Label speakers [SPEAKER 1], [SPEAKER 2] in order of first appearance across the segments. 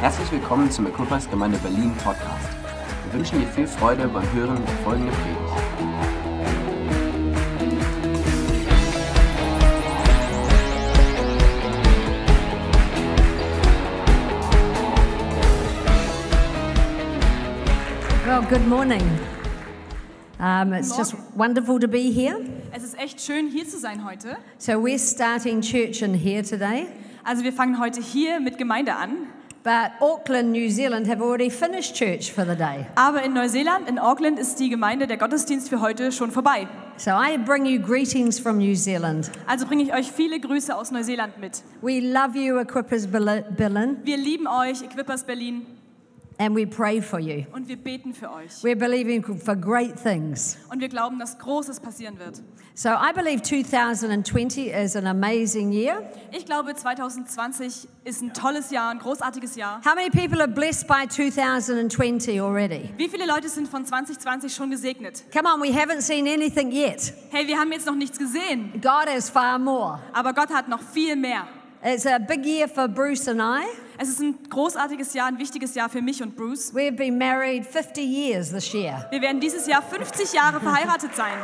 [SPEAKER 1] Herzlich willkommen zum Equipers Gemeinde Berlin Podcast. Wir wünschen dir viel Freude beim Hören der folgenden Predigt.
[SPEAKER 2] Well, good morning. Um, it's just wonderful to be here.
[SPEAKER 3] Es ist echt schön, hier zu sein heute.
[SPEAKER 2] So, we're starting church in here today,
[SPEAKER 3] Also wir fangen heute hier mit Gemeinde an.
[SPEAKER 2] but Auckland, New Zealand have already finished church for the day.
[SPEAKER 3] Aber in Neuseeland, in Auckland, ist die Gemeinde der Gottesdienst für heute schon vorbei.
[SPEAKER 2] So, I bring you greetings from New Zealand.
[SPEAKER 3] Also bringe ich euch viele Grüße aus Neuseeland mit.
[SPEAKER 2] We love you, Equippers Berli- Berlin,
[SPEAKER 3] Wir lieben euch, Equippers Berlin,
[SPEAKER 2] and we pray for you.
[SPEAKER 3] und wir beten für euch.
[SPEAKER 2] We're believing for great things.
[SPEAKER 3] Und wir glauben, dass Großes passieren wird.
[SPEAKER 2] So, I believe 2020 is an amazing year.
[SPEAKER 3] Ich glaube, 2020 ist ein tolles Jahr, ein großartiges Jahr.
[SPEAKER 2] How many people are blessed by 2020 already?
[SPEAKER 3] Wie viele Leute sind von 2020 schon gesegnet?
[SPEAKER 2] Come on, we haven't seen anything yet.
[SPEAKER 3] Hey, wir haben jetzt noch nichts gesehen,
[SPEAKER 2] God is far more.
[SPEAKER 3] aber Gott hat noch viel mehr.
[SPEAKER 2] It's a big year for Bruce and I.
[SPEAKER 3] Es ist ein großartiges Jahr, ein wichtiges Jahr für mich und Bruce.
[SPEAKER 2] We've been married 50 years this year.
[SPEAKER 3] Wir werden dieses Jahr 50 Jahre verheiratet sein.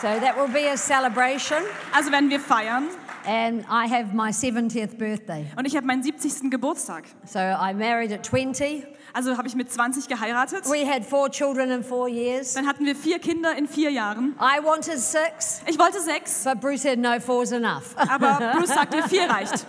[SPEAKER 2] So that will be a celebration.
[SPEAKER 3] Also werden wir feiern.
[SPEAKER 2] And I have my 70th birthday.
[SPEAKER 3] Und ich habe meinen 70. Geburtstag.
[SPEAKER 2] So I married at 20.
[SPEAKER 3] Also habe ich mit 20 geheiratet.
[SPEAKER 2] We had four children in four years.
[SPEAKER 3] Dann hatten wir vier Kinder in vier Jahren.
[SPEAKER 2] I wanted six,
[SPEAKER 3] Ich wollte sechs,
[SPEAKER 2] but Bruce said no, four's enough.
[SPEAKER 3] aber Bruce sagte, vier reicht.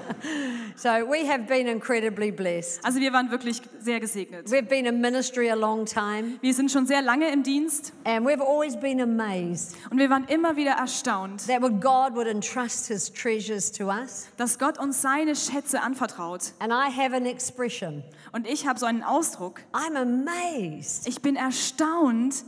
[SPEAKER 2] so we have been incredibly blessed.
[SPEAKER 3] Also wir waren wirklich sehr gesegnet.
[SPEAKER 2] We've been in ministry a long time,
[SPEAKER 3] Wir sind schon sehr lange im Dienst
[SPEAKER 2] and we've always been amazed
[SPEAKER 3] und wir waren immer wieder erstaunt,
[SPEAKER 2] that what God would entrust his treasures to us.
[SPEAKER 3] dass Gott uns seine Schätze anvertraut.
[SPEAKER 2] And I have an expression
[SPEAKER 3] Und ich habe so einen Ausdruck.
[SPEAKER 2] I'm amazed.
[SPEAKER 3] Ich bin erstaunt,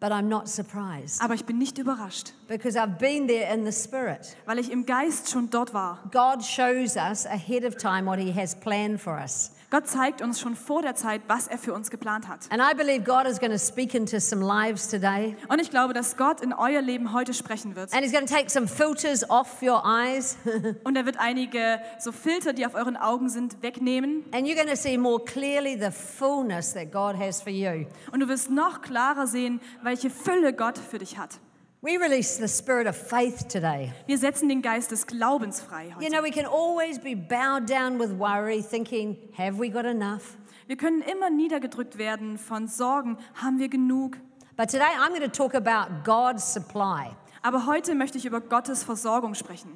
[SPEAKER 2] But I'm not surprised
[SPEAKER 3] aber ich bin nicht überrascht,
[SPEAKER 2] because I've been there in the spirit.
[SPEAKER 3] weil ich im Geist schon dort war.
[SPEAKER 2] God shows us ahead of time what He has planned for us.
[SPEAKER 3] Gott zeigt uns schon vor der Zeit, was er für uns geplant hat.
[SPEAKER 2] And I believe God is going to speak into some lives today.
[SPEAKER 3] Und ich glaube, dass Gott in euer Leben heute sprechen wird.
[SPEAKER 2] And He's going to take some filters off your eyes.
[SPEAKER 3] Und er wird einige so Filter, die auf euren Augen sind, wegnehmen.
[SPEAKER 2] and you're going to see more clearly the fullness that God has for you.
[SPEAKER 3] Und du wirst noch klarer sehen, welche Fülle Gott für dich hat.
[SPEAKER 2] We release the spirit of faith today.
[SPEAKER 3] Wir setzen den Geist des Glaubens frei
[SPEAKER 2] You
[SPEAKER 3] heute.
[SPEAKER 2] know, we can always be bowed down with worry, thinking, have we got enough?
[SPEAKER 3] Wir können immer niedergedrückt werden von Sorgen. Haben wir genug?
[SPEAKER 2] But today I'm going to talk about God's supply.
[SPEAKER 3] Aber heute möchte ich über Gottes Versorgung sprechen.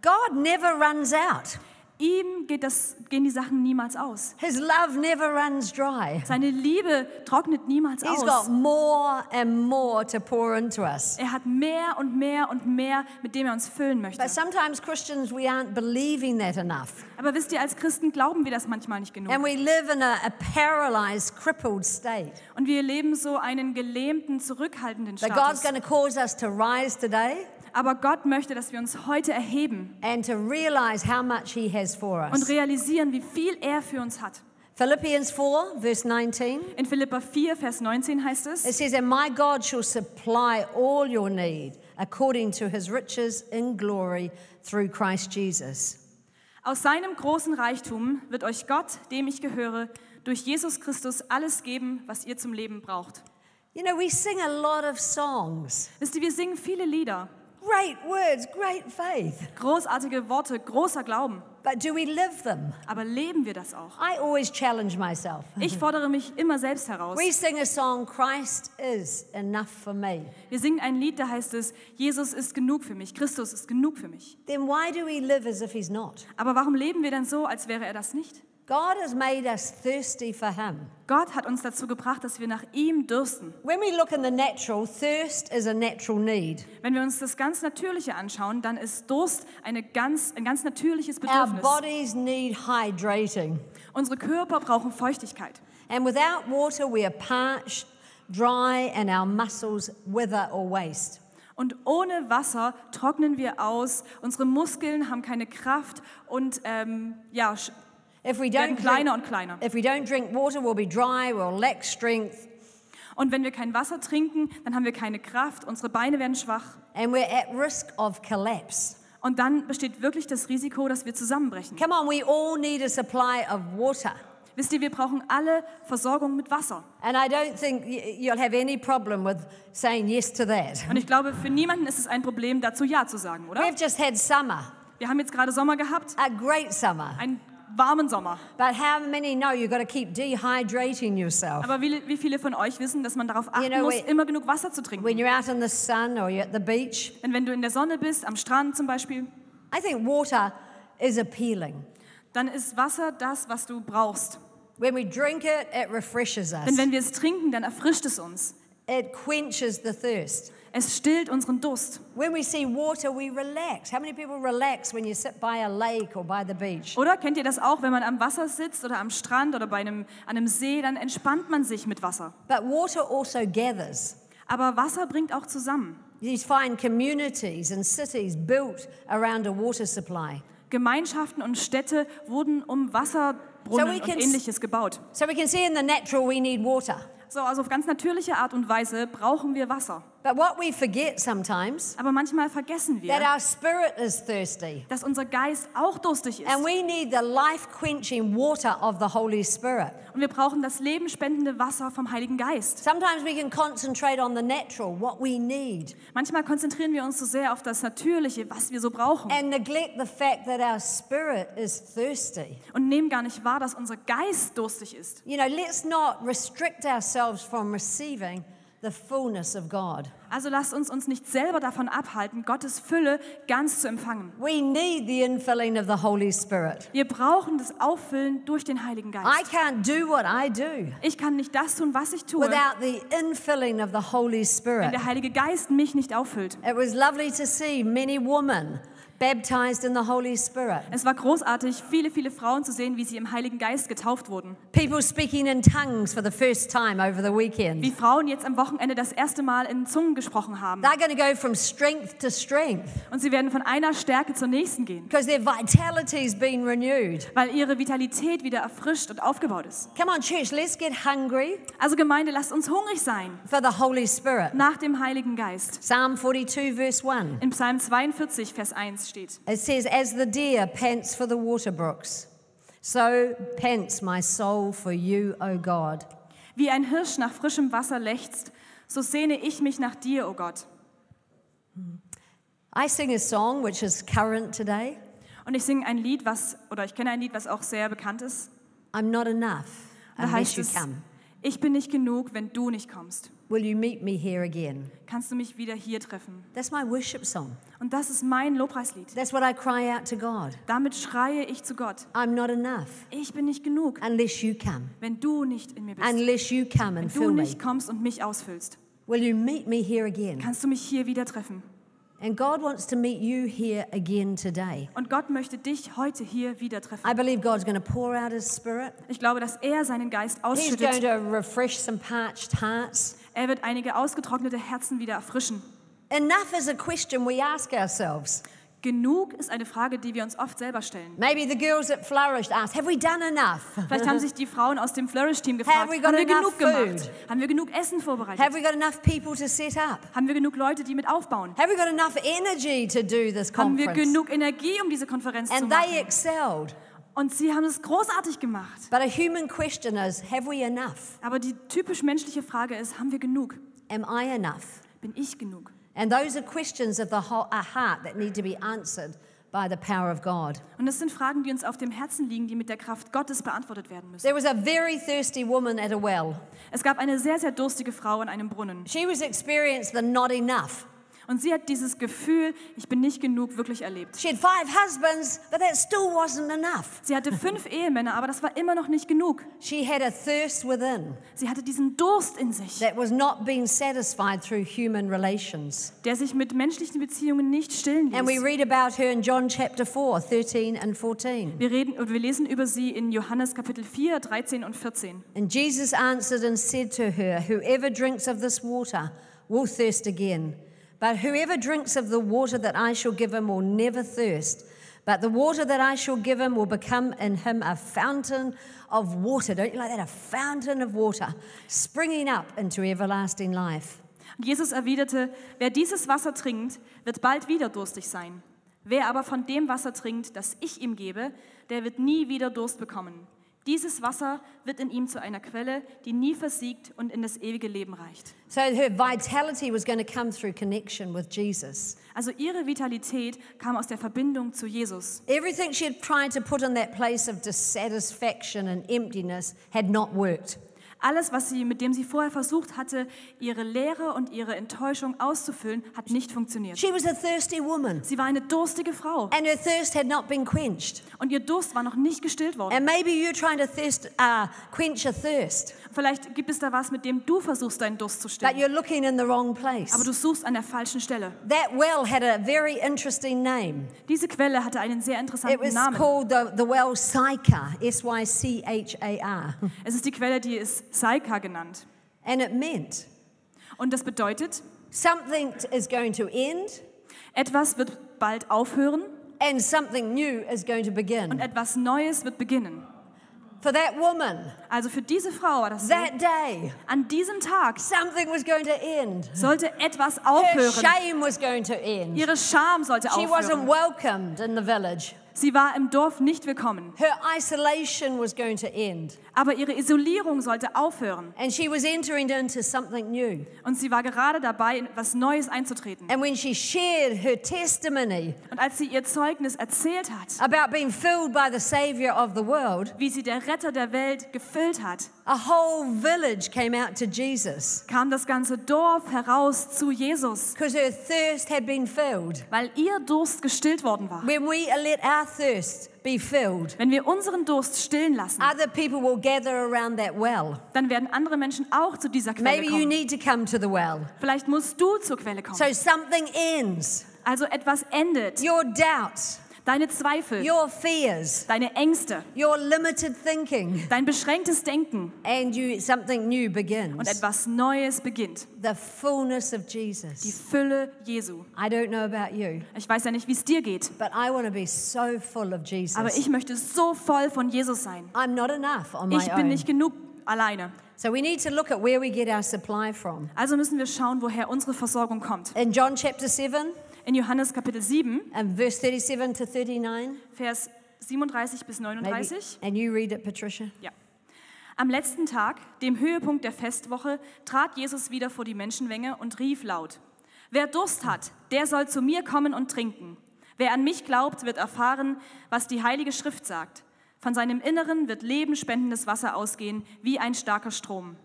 [SPEAKER 2] God never runs out.
[SPEAKER 3] Ihm geht das, gehen die Sachen niemals aus.
[SPEAKER 2] His love never runs dry.
[SPEAKER 3] Seine Liebe trocknet niemals
[SPEAKER 2] He's got
[SPEAKER 3] aus.
[SPEAKER 2] more and more to pour into us.
[SPEAKER 3] Er hat mehr und mehr und mehr, mit dem er uns füllen möchte.
[SPEAKER 2] But sometimes Christians, we aren't believing that enough.
[SPEAKER 3] Aber wisst ihr, als Christen glauben wir das manchmal nicht genug.
[SPEAKER 2] And we live in a, a paralyzed, crippled state.
[SPEAKER 3] Und wir leben so einen gelähmten, zurückhaltenden
[SPEAKER 2] But God's
[SPEAKER 3] Status.
[SPEAKER 2] going to cause us to rise today
[SPEAKER 3] Aber Gott möchte, dass wir uns heute erheben
[SPEAKER 2] and to realize how much He has for
[SPEAKER 3] und
[SPEAKER 2] us.
[SPEAKER 3] realisieren, wie viel er für uns hat.
[SPEAKER 2] Philippians 4, verse 19,
[SPEAKER 3] In Philippa 4, Vers 19 heißt
[SPEAKER 2] it
[SPEAKER 3] es,
[SPEAKER 2] says, And my God shall supply all your need according to His riches in glory through Christ Jesus.
[SPEAKER 3] aus seinem großen Reichtum wird euch Gott, dem ich gehöre, durch Jesus Christus alles geben, was ihr zum Leben braucht.
[SPEAKER 2] You know, we sing a lot of songs.
[SPEAKER 3] Wisst ihr, wir singen viele Lieder,
[SPEAKER 2] Great words, great faith.
[SPEAKER 3] großartige Worte, großer Glauben.
[SPEAKER 2] But do we live them?
[SPEAKER 3] Aber leben wir das auch?
[SPEAKER 2] I always challenge myself.
[SPEAKER 3] Ich fordere mich immer selbst heraus.
[SPEAKER 2] We sing a song, Christ is enough for me.
[SPEAKER 3] Wir singen ein Lied, da heißt es, Jesus ist genug für mich, Christus ist genug für mich.
[SPEAKER 2] Then why do we live as if he's not?
[SPEAKER 3] Aber warum leben wir denn so, als wäre er das nicht?
[SPEAKER 2] God has made us thirsty for him.
[SPEAKER 3] Gott hat uns dazu gebracht, dass wir nach ihm dürsten.
[SPEAKER 2] When we look in the natural, thirst is a natural need.
[SPEAKER 3] Wenn wir uns das ganz Natürliche anschauen, dann ist Durst eine ganz, ein ganz natürliches
[SPEAKER 2] Our
[SPEAKER 3] Bedürfnis.
[SPEAKER 2] bodies need hydrating.
[SPEAKER 3] Unsere Körper brauchen Feuchtigkeit.
[SPEAKER 2] And without water, we are parched, dry, and our muscles wither or waste.
[SPEAKER 3] Und ohne Wasser trocknen wir aus, unsere Muskeln haben keine Kraft und ähm, ja, sch-
[SPEAKER 2] If we
[SPEAKER 3] werden
[SPEAKER 2] don't drink,
[SPEAKER 3] kleiner und kleiner.
[SPEAKER 2] if we don't drink water, we'll be dry, we'll lack strength,
[SPEAKER 3] Und wenn wir kein Wasser trinken, dann haben wir keine Kraft, unsere Beine werden schwach.
[SPEAKER 2] and we're at risk of collapse.
[SPEAKER 3] Und dann besteht wirklich das Risiko, dass wir zusammenbrechen.
[SPEAKER 2] Come on, we all need a supply of water.
[SPEAKER 3] Wisst ihr, wir brauchen alle Versorgung mit Wasser.
[SPEAKER 2] And I don't think y- you'll have any problem with saying yes to that.
[SPEAKER 3] Und ich glaube, für niemanden ist es ein Problem, dazu Ja zu sagen, oder?
[SPEAKER 2] We've just had summer,
[SPEAKER 3] Wir haben jetzt gerade Sommer gehabt,
[SPEAKER 2] a great summer.
[SPEAKER 3] einen warmen Sommer.
[SPEAKER 2] But how many know you've got to keep dehydrating yourself?
[SPEAKER 3] Aber wie, wie viele von euch wissen, dass man darauf achten
[SPEAKER 2] You know,
[SPEAKER 3] muss,
[SPEAKER 2] we-
[SPEAKER 3] immer genug Wasser zu trinken?
[SPEAKER 2] When you're out in the sun or you're at the beach,
[SPEAKER 3] Denn wenn du in der Sonne bist, am Strand zum Beispiel,
[SPEAKER 2] I think water is appealing.
[SPEAKER 3] dann ist Wasser das, was du brauchst.
[SPEAKER 2] When we drink it, it refreshes us,
[SPEAKER 3] Denn wenn wir es trinken, dann erfrischt es uns.
[SPEAKER 2] it quenches the thirst.
[SPEAKER 3] Es stillt unseren Durst.
[SPEAKER 2] When we see water, we relax. How many people relax when you sit by a lake or by the beach?
[SPEAKER 3] Oder kennt ihr das auch, wenn man am Wasser sitzt oder am Strand oder bei einem, an einem See, dann entspannt man sich mit Wasser.
[SPEAKER 2] But water also gathers.
[SPEAKER 3] Aber Wasser bringt auch zusammen.
[SPEAKER 2] You find communities and cities built around a water supply.
[SPEAKER 3] Gemeinschaften und Städte wurden um
[SPEAKER 2] So we
[SPEAKER 3] Wasserbrunnen und
[SPEAKER 2] can s-
[SPEAKER 3] ähnliches gebaut.
[SPEAKER 2] So we can see in the natural we need water.
[SPEAKER 3] So, also auf ganz natürliche Art und Weise brauchen wir Wasser.
[SPEAKER 2] But what we forget sometimes
[SPEAKER 3] Aber manchmal vergessen
[SPEAKER 2] that
[SPEAKER 3] wir,
[SPEAKER 2] our spirit is thirsty
[SPEAKER 3] dass unser Geist auch durstig ist.
[SPEAKER 2] and we need the life-quenching water of the Holy Spirit.
[SPEAKER 3] Und wir brauchen das lebenspendende Wasser vom Heiligen Geist.
[SPEAKER 2] Sometimes we can concentrate on the natural, what we need,
[SPEAKER 3] Manchmal konzentrieren wir uns so sehr auf das Natürliche, was wir so brauchen,
[SPEAKER 2] and neglect the fact that our spirit is thirsty.
[SPEAKER 3] und nehmen gar nicht wahr, dass unser Geist durstig ist.
[SPEAKER 2] You know, let's not restrict ourselves from receiving the fullness of God.
[SPEAKER 3] Also lasst uns uns nicht selber davon abhalten, Gottes Fülle ganz zu empfangen.
[SPEAKER 2] We need the infilling of the Holy Spirit.
[SPEAKER 3] Wir brauchen das Auffüllen durch den Heiligen
[SPEAKER 2] I
[SPEAKER 3] Geist.
[SPEAKER 2] can't do what I do
[SPEAKER 3] Ich kann nicht das tun, was ich tue,
[SPEAKER 2] without the infilling of the Holy
[SPEAKER 3] wenn
[SPEAKER 2] Spirit.
[SPEAKER 3] der Heilige Geist mich nicht auffüllt.
[SPEAKER 2] It was lovely to see many women baptized in the Holy Spirit,
[SPEAKER 3] Es war großartig, viele, viele Frauen zu sehen, wie sie im Heiligen Geist getauft wurden.
[SPEAKER 2] people speaking in tongues for the first time over the
[SPEAKER 3] Wie
[SPEAKER 2] weekend.
[SPEAKER 3] Frauen jetzt am Wochenende das erste Mal in Zungen gesprochen haben.
[SPEAKER 2] They're going to go from strength to strength
[SPEAKER 3] Und sie werden von einer Stärke zur nächsten gehen,
[SPEAKER 2] because their vitality's been renewed.
[SPEAKER 3] weil ihre Vitalität wieder erfrischt und aufgebaut ist.
[SPEAKER 2] Come on, church, let's get hungry
[SPEAKER 3] Also Gemeinde, lasst uns hungrig sein
[SPEAKER 2] for the Holy Spirit.
[SPEAKER 3] nach dem Heiligen Geist.
[SPEAKER 2] Psalm 42, verse 1.
[SPEAKER 3] In Psalm 42, Vers 1 steht,
[SPEAKER 2] It says, As the deer pants for the water brooks, so pants my soul for you, O God.
[SPEAKER 3] Wie ein Hirsch nach frischem Wasser lechzt, so sehne ich mich nach dir, o Gott.
[SPEAKER 2] I sing a song which is current today.
[SPEAKER 3] Und ich singe ein Lied, was, oder ich kenne ein Lied, was auch sehr bekannt ist.
[SPEAKER 2] I'm not enough
[SPEAKER 3] Da
[SPEAKER 2] unless
[SPEAKER 3] heißt
[SPEAKER 2] you
[SPEAKER 3] es,
[SPEAKER 2] come.
[SPEAKER 3] ich bin nicht genug, wenn du nicht kommst.
[SPEAKER 2] Will you meet me here again?
[SPEAKER 3] Kannst du mich wieder hier treffen?
[SPEAKER 2] That's my worship song.
[SPEAKER 3] Und das ist mein Lobpreislied.
[SPEAKER 2] That's what I cry out to God.
[SPEAKER 3] Damit schreie ich zu Gott.
[SPEAKER 2] I'm not enough
[SPEAKER 3] Ich bin nicht genug,
[SPEAKER 2] unless you come.
[SPEAKER 3] wenn du nicht in mir bist.
[SPEAKER 2] Unless you come and
[SPEAKER 3] Wenn du
[SPEAKER 2] fill me.
[SPEAKER 3] nicht kommst und mich ausfüllst.
[SPEAKER 2] Will you meet me here again?
[SPEAKER 3] Kannst du mich hier wieder treffen?
[SPEAKER 2] And God wants to meet you here again today.
[SPEAKER 3] Und Gott möchte dich heute hier wieder treffen.
[SPEAKER 2] I believe God's going to pour out his spirit.
[SPEAKER 3] Ich glaube, dass er seinen Geist
[SPEAKER 2] He's going
[SPEAKER 3] ausschüttet.
[SPEAKER 2] to refresh some parched hearts.
[SPEAKER 3] Er wird einige ausgetrocknete Herzen wieder erfrischen.
[SPEAKER 2] Enough is a question we ask ourselves.
[SPEAKER 3] Genug ist eine Frage, die wir uns oft selber stellen.
[SPEAKER 2] Maybe the girls at Flourished asked, Have we done enough?
[SPEAKER 3] Vielleicht haben sich die Frauen aus dem Flourish-Team
[SPEAKER 2] Have
[SPEAKER 3] gefragt,
[SPEAKER 2] we
[SPEAKER 3] haben
[SPEAKER 2] got
[SPEAKER 3] wir
[SPEAKER 2] enough
[SPEAKER 3] genug gemacht? Haben wir genug Essen
[SPEAKER 2] Have
[SPEAKER 3] vorbereitet?
[SPEAKER 2] we got enough people to set up?
[SPEAKER 3] Haben wir genug Leute, die mit aufbauen?
[SPEAKER 2] Have we got enough energy to do this
[SPEAKER 3] Haben wir
[SPEAKER 2] conference?
[SPEAKER 3] genug Energie, um diese Konferenz zu
[SPEAKER 2] And they
[SPEAKER 3] machen?
[SPEAKER 2] excelled.
[SPEAKER 3] Und sie haben es großartig gemacht.
[SPEAKER 2] But a human question is, Have we enough?
[SPEAKER 3] Aber die typisch menschliche Frage ist, haben wir genug?
[SPEAKER 2] Am I enough?
[SPEAKER 3] Bin ich genug?
[SPEAKER 2] And those are questions of the ho- our heart that need to be answered by the power of God.
[SPEAKER 3] Und das sind Fragen, die uns auf dem Herzen liegen, die mit der Kraft Gottes beantwortet werden müssen.
[SPEAKER 2] There was a very thirsty woman at a well.
[SPEAKER 3] Es gab eine sehr, sehr durstige Frau in einem Brunnen.
[SPEAKER 2] She was experienced the not enough.
[SPEAKER 3] Und sie hat dieses Gefühl, ich bin nicht genug, wirklich erlebt.
[SPEAKER 2] She had five husbands, but that still wasn't enough.
[SPEAKER 3] Sie hatte fünf Ehemänner, aber das war immer noch nicht genug.
[SPEAKER 2] She had a thirst within
[SPEAKER 3] Sie hatte diesen Durst in sich,
[SPEAKER 2] that was not being satisfied through human relations.
[SPEAKER 3] der sich mit menschlichen Beziehungen nicht stillen
[SPEAKER 2] And we
[SPEAKER 3] ließ.
[SPEAKER 2] read about her in John chapter 4, 13 and 14.
[SPEAKER 3] Wir, reden, und wir lesen über sie in Johannes Kapitel 4, 13 und 14.
[SPEAKER 2] And Jesus answered and said to her, Whoever drinks of this water will thirst again. But whoever drinks of the water that I shall give him will never thirst. But the water that I shall give him will become in him a fountain of water. Don't you like that? A fountain of water springing up into everlasting life.
[SPEAKER 3] Und Jesus erwiderte, wer dieses Wasser trinkt, wird bald wieder durstig sein. Wer aber von dem Wasser trinkt, das ich ihm gebe, der wird nie wieder Durst bekommen. Dieses Wasser wird in ihm zu einer Quelle, die nie versiegt und in das ewige Leben reicht.
[SPEAKER 2] So her vitality was going to come through connection with Jesus.
[SPEAKER 3] Also ihre Vitalität kam aus der Verbindung zu Jesus.
[SPEAKER 2] Everything she had tried to put in that place of dissatisfaction and emptiness had not worked.
[SPEAKER 3] Alles, was sie, mit dem sie vorher versucht hatte, ihre Leere und ihre Enttäuschung auszufüllen, hat nicht funktioniert.
[SPEAKER 2] She was a thirsty woman,
[SPEAKER 3] Sie war eine durstige Frau
[SPEAKER 2] and her thirst had not been quenched.
[SPEAKER 3] und ihr Durst war noch nicht gestillt worden.
[SPEAKER 2] And maybe you're trying to thirst, uh, quench a thirst,
[SPEAKER 3] Vielleicht gibt es da was, mit dem du versuchst, deinen Durst zu
[SPEAKER 2] but
[SPEAKER 3] stillen,
[SPEAKER 2] you're looking in the wrong place.
[SPEAKER 3] aber du suchst an der falschen Stelle.
[SPEAKER 2] That well had a very interesting name.
[SPEAKER 3] Diese Quelle hatte einen sehr
[SPEAKER 2] It
[SPEAKER 3] interessanten
[SPEAKER 2] was
[SPEAKER 3] Namen.
[SPEAKER 2] called the, the well Sychar, S Y C H A R.
[SPEAKER 3] Es ist die Quelle, die ist Saika genannt.
[SPEAKER 2] And it meant
[SPEAKER 3] Und das bedeutet,
[SPEAKER 2] something t- is going to end
[SPEAKER 3] etwas wird bald aufhören
[SPEAKER 2] and something new is going to
[SPEAKER 3] und
[SPEAKER 2] begin.
[SPEAKER 3] etwas Neues wird beginnen.
[SPEAKER 2] For that woman,
[SPEAKER 3] Also für diese Frau war das so,
[SPEAKER 2] that day,
[SPEAKER 3] an diesem Tag
[SPEAKER 2] something was going to end.
[SPEAKER 3] sollte etwas
[SPEAKER 2] Her
[SPEAKER 3] aufhören.
[SPEAKER 2] shame was going to end.
[SPEAKER 3] Ihre Scham sollte
[SPEAKER 2] She wasn't
[SPEAKER 3] aufhören.
[SPEAKER 2] welcomed in the village.
[SPEAKER 3] Sie war im Dorf nicht willkommen,
[SPEAKER 2] Her isolation was going to end.
[SPEAKER 3] aber ihre Isolierung sollte aufhören.
[SPEAKER 2] And she was entering into something new.
[SPEAKER 3] Und sie war gerade dabei, in etwas Neues einzutreten.
[SPEAKER 2] And when she shared her testimony
[SPEAKER 3] Und als sie ihr Zeugnis erzählt hat,
[SPEAKER 2] about being filled by the Savior of the world,
[SPEAKER 3] wie sie der Retter der Welt gefüllt hat,
[SPEAKER 2] a whole village came out to Jesus
[SPEAKER 3] kam das ganze Dorf heraus zu Jesus,
[SPEAKER 2] because her thirst had been filled.
[SPEAKER 3] weil ihr Durst gestillt worden war.
[SPEAKER 2] When we let our thirst be filled,
[SPEAKER 3] Wenn wir unseren Durst stillen lassen,
[SPEAKER 2] other people will gather around that well.
[SPEAKER 3] dann werden andere Menschen auch zu dieser Quelle
[SPEAKER 2] Maybe you
[SPEAKER 3] kommen.
[SPEAKER 2] need to come to the well.
[SPEAKER 3] Vielleicht musst du zur Quelle kommen.
[SPEAKER 2] So something ends.
[SPEAKER 3] Also etwas endet.
[SPEAKER 2] Your doubts,
[SPEAKER 3] Deine Zweifel,
[SPEAKER 2] your fears,
[SPEAKER 3] deine Ängste,
[SPEAKER 2] your limited thinking,
[SPEAKER 3] dein beschränktes Denken
[SPEAKER 2] and you something new
[SPEAKER 3] und
[SPEAKER 2] begins.
[SPEAKER 3] etwas Neues beginnt.
[SPEAKER 2] The fullness of
[SPEAKER 3] Die
[SPEAKER 2] Jesus.
[SPEAKER 3] Fülle Jesu.
[SPEAKER 2] I don't know about you,
[SPEAKER 3] Ich weiß ja nicht, wie es dir geht,
[SPEAKER 2] but I want to be so full of
[SPEAKER 3] aber
[SPEAKER 2] Jesus.
[SPEAKER 3] ich möchte so voll von Jesus sein.
[SPEAKER 2] I'm not enough on my
[SPEAKER 3] Ich bin
[SPEAKER 2] own.
[SPEAKER 3] nicht genug alleine.
[SPEAKER 2] So we need to look at where we get our supply from.
[SPEAKER 3] Also müssen wir schauen, woher unsere Versorgung kommt.
[SPEAKER 2] In John chapter 7
[SPEAKER 3] In Johannes Kapitel 7,
[SPEAKER 2] and verse 37 to 39.
[SPEAKER 3] Vers 37 bis
[SPEAKER 2] maybe-
[SPEAKER 3] 39.
[SPEAKER 2] and you read it, Patricia.
[SPEAKER 3] Ja. Am letzten Tag, dem Höhepunkt der Festwoche, trat Jesus wieder vor die Menschenmenge und rief laut: Wer Durst hat, der soll zu mir kommen und trinken. Wer an mich glaubt, wird erfahren, was die Heilige Schrift sagt. Von seinem Inneren wird lebensspendendes Wasser ausgehen, wie ein starker Strom.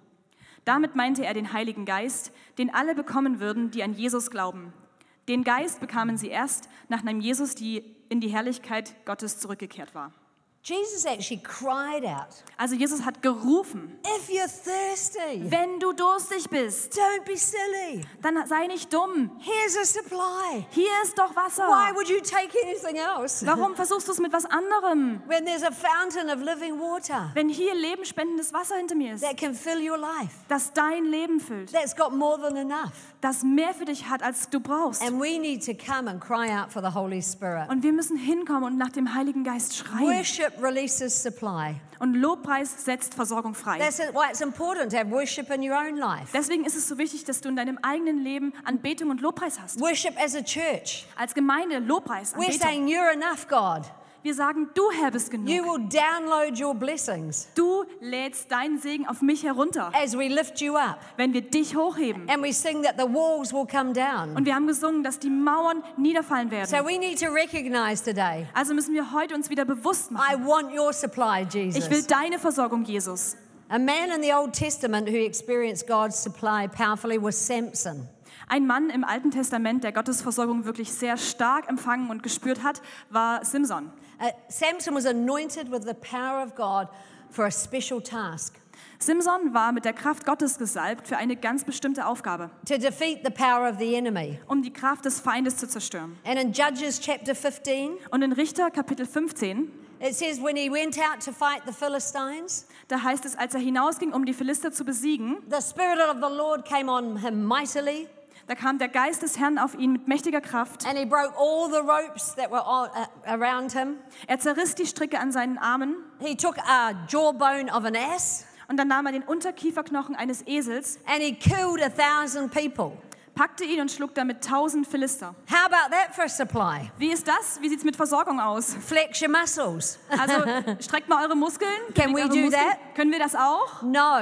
[SPEAKER 3] Damit meinte er den Heiligen Geist, den alle bekommen würden, die an Jesus glauben. Den Geist bekamen sie erst, nachdem Jesus die in die Herrlichkeit Gottes zurückgekehrt war.
[SPEAKER 2] Jesus actually cried out,
[SPEAKER 3] Also Jesus hat gerufen.
[SPEAKER 2] If you're thirsty,
[SPEAKER 3] Wenn du durstig bist,
[SPEAKER 2] don't be silly.
[SPEAKER 3] dann sei nicht dumm.
[SPEAKER 2] Here's a supply.
[SPEAKER 3] Hier ist doch Wasser.
[SPEAKER 2] Why would you take anything else?
[SPEAKER 3] Warum versuchst du es mit was anderem,
[SPEAKER 2] When there's a fountain of living water
[SPEAKER 3] wenn hier lebensspendendes Wasser hinter mir ist,
[SPEAKER 2] that can fill your life,
[SPEAKER 3] das dein Leben füllt,
[SPEAKER 2] that's got more than enough.
[SPEAKER 3] das mehr für dich hat, als du brauchst?
[SPEAKER 2] And we need to come and cry out for the Holy Spirit.
[SPEAKER 3] Und wir müssen hinkommen und nach dem Heiligen Geist schreien.
[SPEAKER 2] Worship releases supply.
[SPEAKER 3] Und Lobpreis setzt Versorgung frei.
[SPEAKER 2] That's why it's important to have worship in your own life.
[SPEAKER 3] Deswegen ist es so wichtig, dass du in deinem eigenen Leben Anbetung und Lobpreis hast.
[SPEAKER 2] Worship as a church.
[SPEAKER 3] Als Gemeinde Lobpreis,
[SPEAKER 2] We're
[SPEAKER 3] Anbetung.
[SPEAKER 2] saying, You're enough, God.
[SPEAKER 3] Wir sagen, du Herr bist
[SPEAKER 2] You
[SPEAKER 3] genug.
[SPEAKER 2] will download your blessings
[SPEAKER 3] Du lädst deinen Segen auf mich herunter,
[SPEAKER 2] as we lift you up.
[SPEAKER 3] wenn wir dich hochheben.
[SPEAKER 2] And we sing that the walls will come down.
[SPEAKER 3] Und wir haben gesungen, dass die Mauern niederfallen
[SPEAKER 2] So
[SPEAKER 3] werden.
[SPEAKER 2] we need to recognize today
[SPEAKER 3] Also müssen wir heute uns wieder bewusst
[SPEAKER 2] I
[SPEAKER 3] machen.
[SPEAKER 2] want your supply,
[SPEAKER 3] Ich will
[SPEAKER 2] Jesus.
[SPEAKER 3] deine Versorgung, Jesus.
[SPEAKER 2] A man in the Old Testament who experienced God's supply powerfully was Samson.
[SPEAKER 3] Ein Mann im Alten Testament, der Gottes Versorgung wirklich sehr stark empfangen und gespürt hat, war Simson.
[SPEAKER 2] Uh, Samson was anointed with the power of God for a special task
[SPEAKER 3] Simson war mit der Kraft Gottes gesalbt für eine ganz bestimmte Aufgabe,
[SPEAKER 2] to defeat the power of the enemy.
[SPEAKER 3] um die Kraft des Feindes zu zerstören.
[SPEAKER 2] And in Judges chapter 15,
[SPEAKER 3] Und in Richter Kapitel 15,
[SPEAKER 2] it says, when he went out to fight the Philistines,
[SPEAKER 3] da heißt es, als er hinausging, um die Philister zu besiegen,
[SPEAKER 2] the Spirit of the Lord came on him mightily,
[SPEAKER 3] da kam der Geist des Herrn auf ihn mit mächtiger Kraft.
[SPEAKER 2] and he broke all the ropes that were on, uh, around him.
[SPEAKER 3] Er zerriss die Stricke an seinen Armen
[SPEAKER 2] He took a jawbone of an ass
[SPEAKER 3] Und dann nahm er den Unterkieferknochen eines Esels,
[SPEAKER 2] and he killed a thousand people.
[SPEAKER 3] packte ihn und schlug damit tausend Philister.
[SPEAKER 2] How about that for supply?
[SPEAKER 3] Wie ist das? Wie sieht es mit Versorgung aus?
[SPEAKER 2] Flex your muscles.
[SPEAKER 3] Also streckt mal eure Muskeln.
[SPEAKER 2] Can we
[SPEAKER 3] bewegt eure
[SPEAKER 2] do
[SPEAKER 3] Muskeln.
[SPEAKER 2] that?
[SPEAKER 3] Können wir das auch?
[SPEAKER 2] No.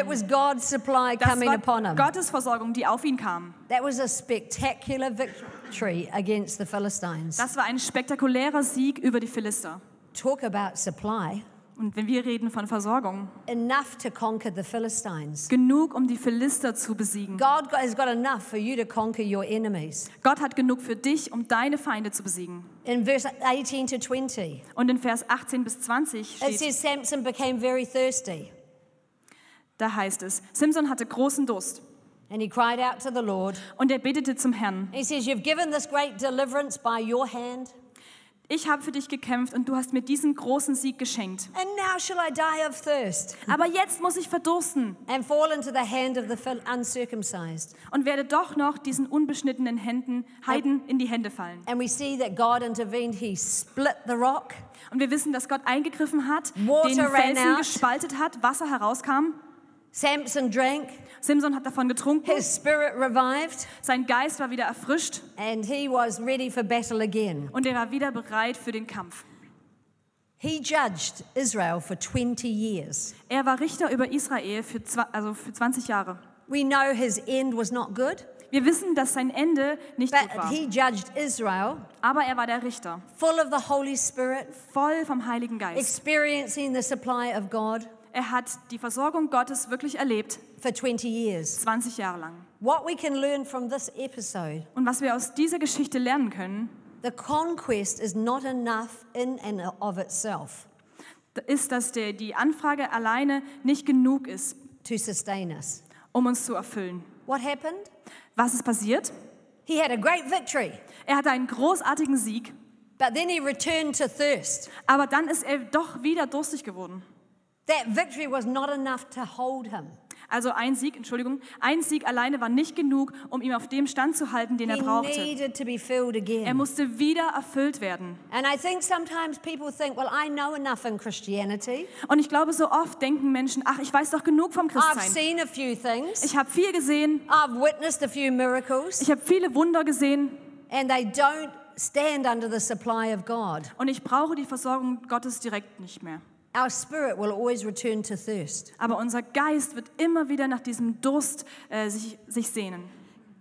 [SPEAKER 2] It was God's supply
[SPEAKER 3] das
[SPEAKER 2] coming
[SPEAKER 3] war
[SPEAKER 2] upon him.
[SPEAKER 3] Gottes Versorgung, die auf ihn kam.
[SPEAKER 2] That was a spectacular victory against the Philistines.
[SPEAKER 3] Das war ein spektakulärer Sieg über die Philister.
[SPEAKER 2] Talk about supply.
[SPEAKER 3] Und wenn wir reden von Versorgung,
[SPEAKER 2] Enough to conquer the Philistines.
[SPEAKER 3] genug, um die Philister zu besiegen.
[SPEAKER 2] God got- has got enough for you to conquer your enemies.
[SPEAKER 3] Gott hat genug für dich, um deine Feinde zu besiegen.
[SPEAKER 2] In verse 18 to 20,
[SPEAKER 3] Und in Vers 18 bis 20
[SPEAKER 2] it
[SPEAKER 3] steht,
[SPEAKER 2] says Samson became very thirsty
[SPEAKER 3] da heißt es, Simson hatte großen Durst
[SPEAKER 2] and he cried out to the Lord.
[SPEAKER 3] und er betete zum Herrn.
[SPEAKER 2] He says, You've given this great deliverance by your hand,
[SPEAKER 3] Ich habe für dich gekämpft und du hast mir diesen großen Sieg geschenkt.
[SPEAKER 2] and now shall I die of thirst
[SPEAKER 3] Aber jetzt muss ich verdursten
[SPEAKER 2] and fall into the hand of the Phil- uncircumcised.
[SPEAKER 3] und werde doch noch diesen unbeschnittenen Händen, Heiden in die Hände fallen.
[SPEAKER 2] And we see that God intervened. He split the rock,
[SPEAKER 3] Und wir wissen, dass Gott eingegriffen hat,
[SPEAKER 2] Water
[SPEAKER 3] den
[SPEAKER 2] ran
[SPEAKER 3] Felsen
[SPEAKER 2] out.
[SPEAKER 3] gespaltet hat, Wasser herauskam.
[SPEAKER 2] Samson drank,
[SPEAKER 3] Simson hat davon getrunken,
[SPEAKER 2] his spirit revived,
[SPEAKER 3] sein Geist war wieder erfrischt
[SPEAKER 2] and he was ready for battle again.
[SPEAKER 3] und er war wieder bereit für den Kampf.
[SPEAKER 2] He judged Israel for 20 years.
[SPEAKER 3] Er war Richter über Israel für, zwa- also für 20 Jahre.
[SPEAKER 2] We know his end was not good,
[SPEAKER 3] Wir wissen, dass sein Ende nicht gut
[SPEAKER 2] but
[SPEAKER 3] war,
[SPEAKER 2] he judged Israel
[SPEAKER 3] aber er war der Richter,
[SPEAKER 2] full of the Holy Spirit,
[SPEAKER 3] voll vom Heiligen Geist.
[SPEAKER 2] experiencing the supply of God
[SPEAKER 3] Er hat die Versorgung Gottes wirklich erlebt,
[SPEAKER 2] for 20 years.
[SPEAKER 3] 20 Jahre lang.
[SPEAKER 2] What we can learn from this episode
[SPEAKER 3] Und was wir aus dieser Geschichte lernen können,
[SPEAKER 2] the conquest is not enough in and of itself
[SPEAKER 3] ist, dass der, die Anfrage alleine nicht genug ist,
[SPEAKER 2] to sustain us.
[SPEAKER 3] um uns zu erfüllen.
[SPEAKER 2] What happened?
[SPEAKER 3] Was ist passiert?
[SPEAKER 2] He had a great victory,
[SPEAKER 3] Er hatte einen großartigen Sieg,
[SPEAKER 2] but then he returned to thirst.
[SPEAKER 3] aber dann ist er doch wieder durstig geworden.
[SPEAKER 2] That victory was not enough to hold him.
[SPEAKER 3] Also ein Sieg, Entschuldigung, ein Sieg alleine war nicht genug, um ihn auf dem Stand zu halten, den er
[SPEAKER 2] He
[SPEAKER 3] brauchte.
[SPEAKER 2] needed to be filled
[SPEAKER 3] Er
[SPEAKER 2] again.
[SPEAKER 3] musste wieder erfüllt werden.
[SPEAKER 2] And I think sometimes people think, well, I know enough in Christianity.
[SPEAKER 3] Und ich glaube, so oft denken Menschen, ach, ich weiß doch genug vom
[SPEAKER 2] I've
[SPEAKER 3] Christsein.
[SPEAKER 2] seen a few things,
[SPEAKER 3] Ich habe viel gesehen,
[SPEAKER 2] I've witnessed a few miracles,
[SPEAKER 3] ich habe viele Wunder gesehen
[SPEAKER 2] and they don't stand under the supply of God.
[SPEAKER 3] und ich brauche die Versorgung Gottes direkt nicht mehr.
[SPEAKER 2] Our spirit will always return to thirst.
[SPEAKER 3] Aber unser Geist wird immer wieder nach diesem Durst äh, sich, sich sehnen.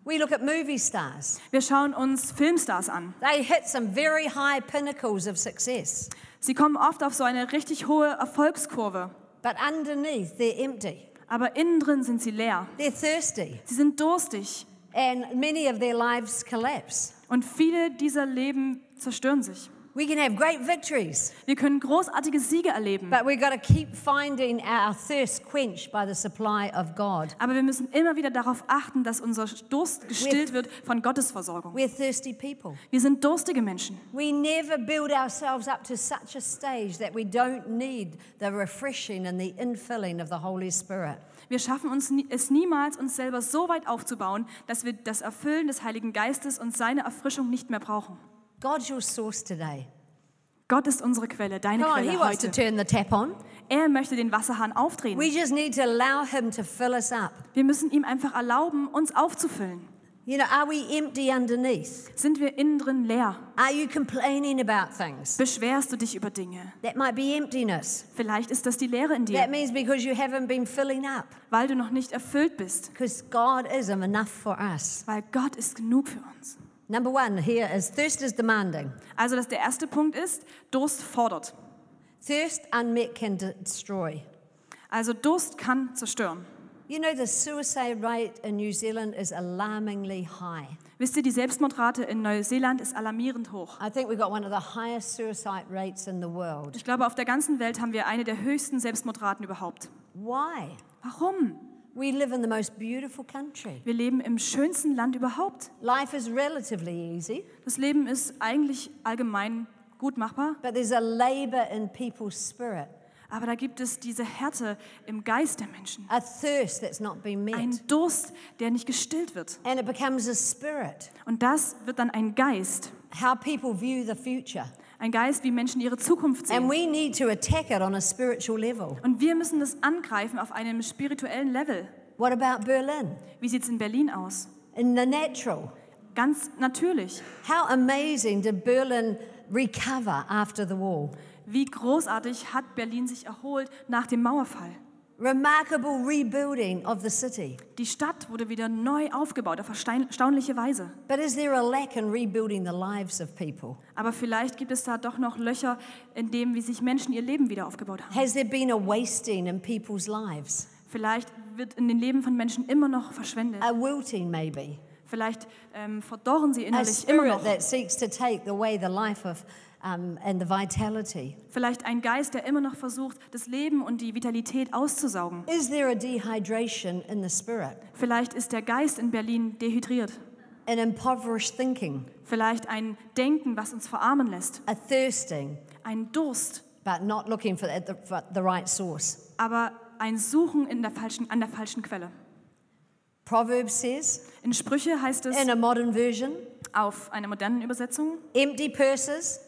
[SPEAKER 2] We look at movie stars.
[SPEAKER 3] Wir schauen uns Filmstars an.
[SPEAKER 2] They hit some very high pinnacles of success,
[SPEAKER 3] Sie kommen oft auf so eine richtig hohe Erfolgskurve,
[SPEAKER 2] but underneath they're empty.
[SPEAKER 3] aber innen drin sind sie leer.
[SPEAKER 2] They're thirsty,
[SPEAKER 3] Sie sind durstig
[SPEAKER 2] and many of their lives collapse.
[SPEAKER 3] und viele dieser Leben zerstören sich.
[SPEAKER 2] We can have great victories,
[SPEAKER 3] Wir können großartige Siege erleben,
[SPEAKER 2] but we've got to keep finding our thirst quenched by the supply of God.
[SPEAKER 3] aber wir müssen immer wieder darauf achten, dass unser Durst gestillt wird von Gottes Versorgung.
[SPEAKER 2] We're thirsty people.
[SPEAKER 3] Wir sind durstige Menschen.
[SPEAKER 2] We never build ourselves up to such a stage that we don't need the refreshing and the infilling of the Holy Spirit.
[SPEAKER 3] Wir schaffen uns nie, es niemals, uns selber so weit aufzubauen, dass wir das Erfüllen des Heiligen Geistes und seine Erfrischung nicht mehr brauchen.
[SPEAKER 2] God's your source today.
[SPEAKER 3] Gott ist unsere Quelle, deine
[SPEAKER 2] Come on, He
[SPEAKER 3] Quelle
[SPEAKER 2] wants to
[SPEAKER 3] heute.
[SPEAKER 2] turn the tap on.
[SPEAKER 3] Er möchte den Wasserhahn aufdrehen.
[SPEAKER 2] We just need to allow Him to fill us up.
[SPEAKER 3] Wir müssen ihm einfach erlauben, uns aufzufüllen.
[SPEAKER 2] You know, are we empty underneath?
[SPEAKER 3] Sind wir innen drin leer?
[SPEAKER 2] Are you complaining about things?
[SPEAKER 3] Beschwerst du dich über Dinge?
[SPEAKER 2] That might be emptiness.
[SPEAKER 3] Vielleicht ist das die Leere in
[SPEAKER 2] That
[SPEAKER 3] dir,
[SPEAKER 2] means because you haven't been filling up,
[SPEAKER 3] weil du noch nicht erfüllt bist.
[SPEAKER 2] because God is enough for us.
[SPEAKER 3] Weil Gott ist genug für uns.
[SPEAKER 2] Number one here is thirst is demanding.
[SPEAKER 3] Also dass der erste Punkt ist, Durst fordert.
[SPEAKER 2] Thirst unmet can de- destroy.
[SPEAKER 3] Also Durst kann zerstören.
[SPEAKER 2] You know, the suicide rate in New Zealand is alarmingly high.
[SPEAKER 3] Wisst ihr, die Selbstmordrate in Neuseeland ist alarmierend hoch.
[SPEAKER 2] I think we've got one of the highest suicide rates in the world.
[SPEAKER 3] Ich glaube, auf der ganzen Welt haben wir eine der höchsten Selbstmordraten überhaupt.
[SPEAKER 2] Why?
[SPEAKER 3] Warum?
[SPEAKER 2] We live in the most beautiful country.
[SPEAKER 3] Wir leben im schönsten Land überhaupt.
[SPEAKER 2] Life is relatively easy,
[SPEAKER 3] Das Leben ist eigentlich allgemein gut machbar,
[SPEAKER 2] but there's a labor in people's spirit,
[SPEAKER 3] aber da gibt es diese Härte im Geist der Menschen.
[SPEAKER 2] a thirst that's not been met.
[SPEAKER 3] Ein Durst, der nicht gestillt wird.
[SPEAKER 2] and it becomes a spirit,
[SPEAKER 3] Und das wird dann ein Geist.
[SPEAKER 2] how people view the future.
[SPEAKER 3] Ein Geist, wie Menschen ihre Zukunft
[SPEAKER 2] And
[SPEAKER 3] sehen.
[SPEAKER 2] we need to attack it on a spiritual level.
[SPEAKER 3] Und wir müssen das angreifen auf einem spirituellen Level.
[SPEAKER 2] What about Berlin?
[SPEAKER 3] Wie sieht es in Berlin aus?
[SPEAKER 2] in the natural.
[SPEAKER 3] Ganz natürlich.
[SPEAKER 2] How amazing did Berlin recover after the wall?
[SPEAKER 3] Wie großartig hat Berlin sich erholt nach dem Mauerfall.
[SPEAKER 2] Remarkable rebuilding of the city.
[SPEAKER 3] Die Stadt wurde wieder neu aufgebaut auf erstein- erstaunliche Weise.
[SPEAKER 2] But is there a lack in rebuilding the lives of people?
[SPEAKER 3] Aber vielleicht gibt es da doch noch Löcher in dem, wie sich Menschen ihr Leben wieder aufgebaut haben.
[SPEAKER 2] Has there been a wasting in people's lives?
[SPEAKER 3] Vielleicht wird in den Leben von Menschen immer noch verschwendet.
[SPEAKER 2] A wilting, maybe?
[SPEAKER 3] Vielleicht ähm, verdorren sie
[SPEAKER 2] A
[SPEAKER 3] innerlich immer
[SPEAKER 2] spirit
[SPEAKER 3] noch.
[SPEAKER 2] that seeks to take away the life of um, and the vitality?
[SPEAKER 3] Vielleicht ein Geist, der immer noch versucht, das Leben und die Vitalität auszusaugen.
[SPEAKER 2] Is there a dehydration in the spirit?
[SPEAKER 3] Vielleicht ist der Geist in Berlin dehydriert.
[SPEAKER 2] An impoverished thinking?
[SPEAKER 3] Vielleicht ein Denken, was uns verarmen lässt.
[SPEAKER 2] A thirsting,
[SPEAKER 3] Ein Durst,
[SPEAKER 2] but not looking for at the, for the right source?
[SPEAKER 3] aber ein Suchen in der falschen, an der falschen Quelle.
[SPEAKER 2] Proverbs says,
[SPEAKER 3] In Sprüche heißt es
[SPEAKER 2] in a modern version,
[SPEAKER 3] auf einer modernen Übersetzung,
[SPEAKER 2] empty purses,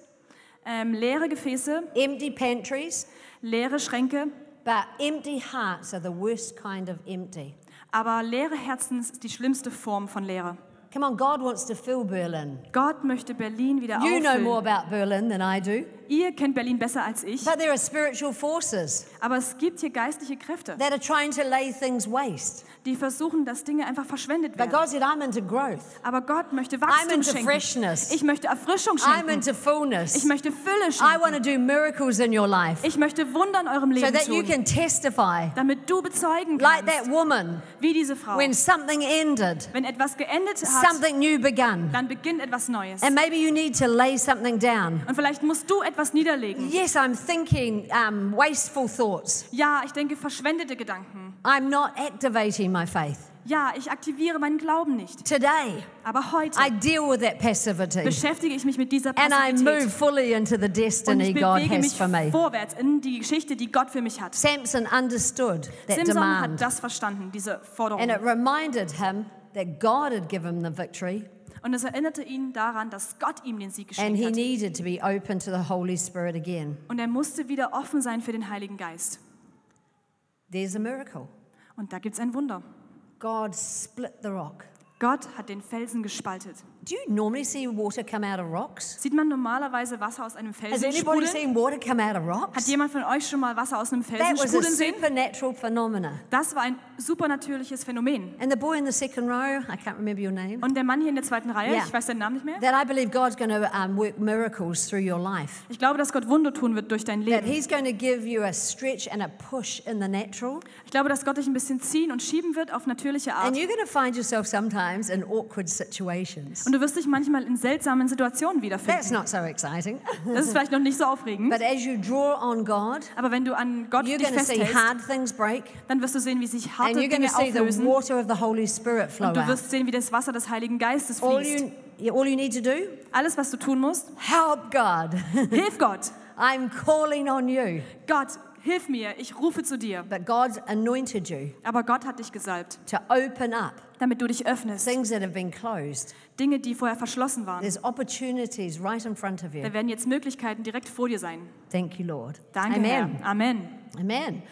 [SPEAKER 3] ähm, leere Gefäße,
[SPEAKER 2] empty pantries,
[SPEAKER 3] leere Schränke,
[SPEAKER 2] but empty hearts are the worst kind of empty.
[SPEAKER 3] aber leere Herzen ist die schlimmste Form von Leere.
[SPEAKER 2] Come on, God wants to fill Berlin.
[SPEAKER 3] Gott möchte Berlin wieder
[SPEAKER 2] You know more
[SPEAKER 3] auffüllen.
[SPEAKER 2] about Berlin than I do,
[SPEAKER 3] Ihr kennt Berlin besser als ich,
[SPEAKER 2] but there are spiritual forces
[SPEAKER 3] aber es gibt hier geistliche Kräfte,
[SPEAKER 2] that are trying to lay things waste.
[SPEAKER 3] die versuchen, dass Dinge einfach verschwendet
[SPEAKER 2] But
[SPEAKER 3] werden.
[SPEAKER 2] God said, I'm into growth,
[SPEAKER 3] Aber Gott möchte
[SPEAKER 2] I'm
[SPEAKER 3] Wachstum
[SPEAKER 2] into
[SPEAKER 3] schenken.
[SPEAKER 2] freshness,
[SPEAKER 3] Ich möchte Erfrischung
[SPEAKER 2] I'm
[SPEAKER 3] schenken.
[SPEAKER 2] into
[SPEAKER 3] Ich
[SPEAKER 2] fullness.
[SPEAKER 3] möchte Fülle
[SPEAKER 2] I
[SPEAKER 3] schenken.
[SPEAKER 2] want to do miracles in your life
[SPEAKER 3] Ich möchte Wunder in eurem
[SPEAKER 2] so
[SPEAKER 3] Leben
[SPEAKER 2] that you
[SPEAKER 3] tun,
[SPEAKER 2] can testify,
[SPEAKER 3] damit du bezeugen
[SPEAKER 2] like
[SPEAKER 3] kannst,
[SPEAKER 2] that woman,
[SPEAKER 3] wie diese Frau.
[SPEAKER 2] when something ended,
[SPEAKER 3] Wenn etwas geendet hat,
[SPEAKER 2] something new begun.
[SPEAKER 3] dann beginnt etwas Neues.
[SPEAKER 2] And maybe you need to lay something down.
[SPEAKER 3] Und vielleicht musst du etwas niederlegen.
[SPEAKER 2] Yes, I'm thinking um, wasteful thoughts.
[SPEAKER 3] Ja, ich denke verschwendete Gedanken.
[SPEAKER 2] I'm not activating my faith.
[SPEAKER 3] Ja, ich aktiviere meinen Glauben nicht.
[SPEAKER 2] Today,
[SPEAKER 3] Aber heute
[SPEAKER 2] I deal with that passivity
[SPEAKER 3] beschäftige ich mich mit dieser
[SPEAKER 2] and I move
[SPEAKER 3] Passivität
[SPEAKER 2] fully into the
[SPEAKER 3] und ich
[SPEAKER 2] destiny God
[SPEAKER 3] bewege
[SPEAKER 2] has
[SPEAKER 3] mich
[SPEAKER 2] for me.
[SPEAKER 3] vorwärts in die Geschichte, die Gott für mich hat.
[SPEAKER 2] Samson understood that
[SPEAKER 3] Simson hat
[SPEAKER 2] demand
[SPEAKER 3] das verstanden, diese
[SPEAKER 2] and it
[SPEAKER 3] Forderung.
[SPEAKER 2] reminded him that God had given him the victory
[SPEAKER 3] Und es erinnerte ihn daran, dass Gott ihm den
[SPEAKER 2] and
[SPEAKER 3] Sieg geschenkt
[SPEAKER 2] he
[SPEAKER 3] hat.
[SPEAKER 2] needed to be open to the Holy Spirit again.
[SPEAKER 3] Und er musste wieder offen sein für den Heiligen Geist.
[SPEAKER 2] There's a miracle.
[SPEAKER 3] Und da gibt es ein Wunder.
[SPEAKER 2] God split the rock.
[SPEAKER 3] Gott hat den Felsen gespaltet.
[SPEAKER 2] Do you normally see water come out of rocks?
[SPEAKER 3] Sieht man normalerweise Wasser aus einem
[SPEAKER 2] Has
[SPEAKER 3] Felsen
[SPEAKER 2] anybody
[SPEAKER 3] sprudeln?
[SPEAKER 2] seen water come out of
[SPEAKER 3] Hat
[SPEAKER 2] rocks?
[SPEAKER 3] jemand von euch schon mal Wasser aus einem Felsen
[SPEAKER 2] That was a
[SPEAKER 3] sprudeln sehen?
[SPEAKER 2] supernatural phenomena.
[SPEAKER 3] Das war ein supernatürliches Phänomen.
[SPEAKER 2] And the boy in the second row, I can't remember your name,
[SPEAKER 3] Und der Mann hier in der zweiten Reihe,
[SPEAKER 2] Ja.
[SPEAKER 3] ich weiß seinen Namen nicht mehr.
[SPEAKER 2] that I believe God's going to um, work miracles through your life.
[SPEAKER 3] Ich glaube, dass Gott Wunder tun wird durch dein
[SPEAKER 2] That
[SPEAKER 3] Leben.
[SPEAKER 2] He's going to give you a stretch and a push in the natural.
[SPEAKER 3] Ich glaube, dass Gott dich ein bisschen ziehen und schieben wird auf natürliche
[SPEAKER 2] And
[SPEAKER 3] Art.
[SPEAKER 2] you're going to find yourself sometimes in awkward situations.
[SPEAKER 3] Und du wirst dich manchmal in seltsamen Situationen
[SPEAKER 2] That's
[SPEAKER 3] wiederfinden.
[SPEAKER 2] not so exciting.
[SPEAKER 3] Das ist vielleicht noch nicht so aufregend.
[SPEAKER 2] But as you draw on God,
[SPEAKER 3] Aber wenn du an Gott
[SPEAKER 2] you're
[SPEAKER 3] dich
[SPEAKER 2] going to see
[SPEAKER 3] festhältst,
[SPEAKER 2] hard things break.
[SPEAKER 3] dann wirst du sehen, wie sich
[SPEAKER 2] And
[SPEAKER 3] harte
[SPEAKER 2] you're going to
[SPEAKER 3] Dinge
[SPEAKER 2] see the
[SPEAKER 3] auflösen.
[SPEAKER 2] water of the Holy Spirit flow
[SPEAKER 3] Und du
[SPEAKER 2] out.
[SPEAKER 3] wirst sehen, wie das Wasser des Heiligen Geistes
[SPEAKER 2] All
[SPEAKER 3] fließt.
[SPEAKER 2] you, yeah, all you need to do,
[SPEAKER 3] Alles, was du tun musst,
[SPEAKER 2] help God.
[SPEAKER 3] hilf Gott.
[SPEAKER 2] I'm calling on you.
[SPEAKER 3] Gott, hilf mir, ich rufe zu dir.
[SPEAKER 2] But God's anointed you
[SPEAKER 3] Aber Gott hat dich gesalbt,
[SPEAKER 2] to open up
[SPEAKER 3] damit du dich öffnest.
[SPEAKER 2] things that have been closed.
[SPEAKER 3] Dinge, die vorher verschlossen waren.
[SPEAKER 2] There's opportunities right in front of
[SPEAKER 3] Da
[SPEAKER 2] you.
[SPEAKER 3] werden jetzt Möglichkeiten direkt vor dir sein.
[SPEAKER 2] Thank you, Lord.
[SPEAKER 3] Danke,
[SPEAKER 2] Amen.
[SPEAKER 3] Herr. Amen.
[SPEAKER 2] Amen.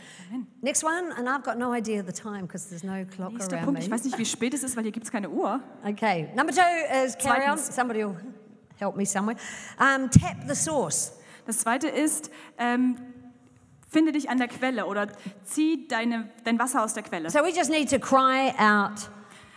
[SPEAKER 2] Next one, and I've got no idea of the time because there's no clock
[SPEAKER 3] Nächster
[SPEAKER 2] around
[SPEAKER 3] Punkt. Ich
[SPEAKER 2] me.
[SPEAKER 3] weiß nicht, wie spät es ist, weil hier gibt es keine Uhr.
[SPEAKER 2] Okay, number two is carry on.
[SPEAKER 3] Zweitens.
[SPEAKER 2] Somebody will help me somewhere. Um, tap the source.
[SPEAKER 3] Das zweite ist, ähm, finde dich an der Quelle oder zieh deine, dein Wasser aus der Quelle.
[SPEAKER 2] So we just need to cry out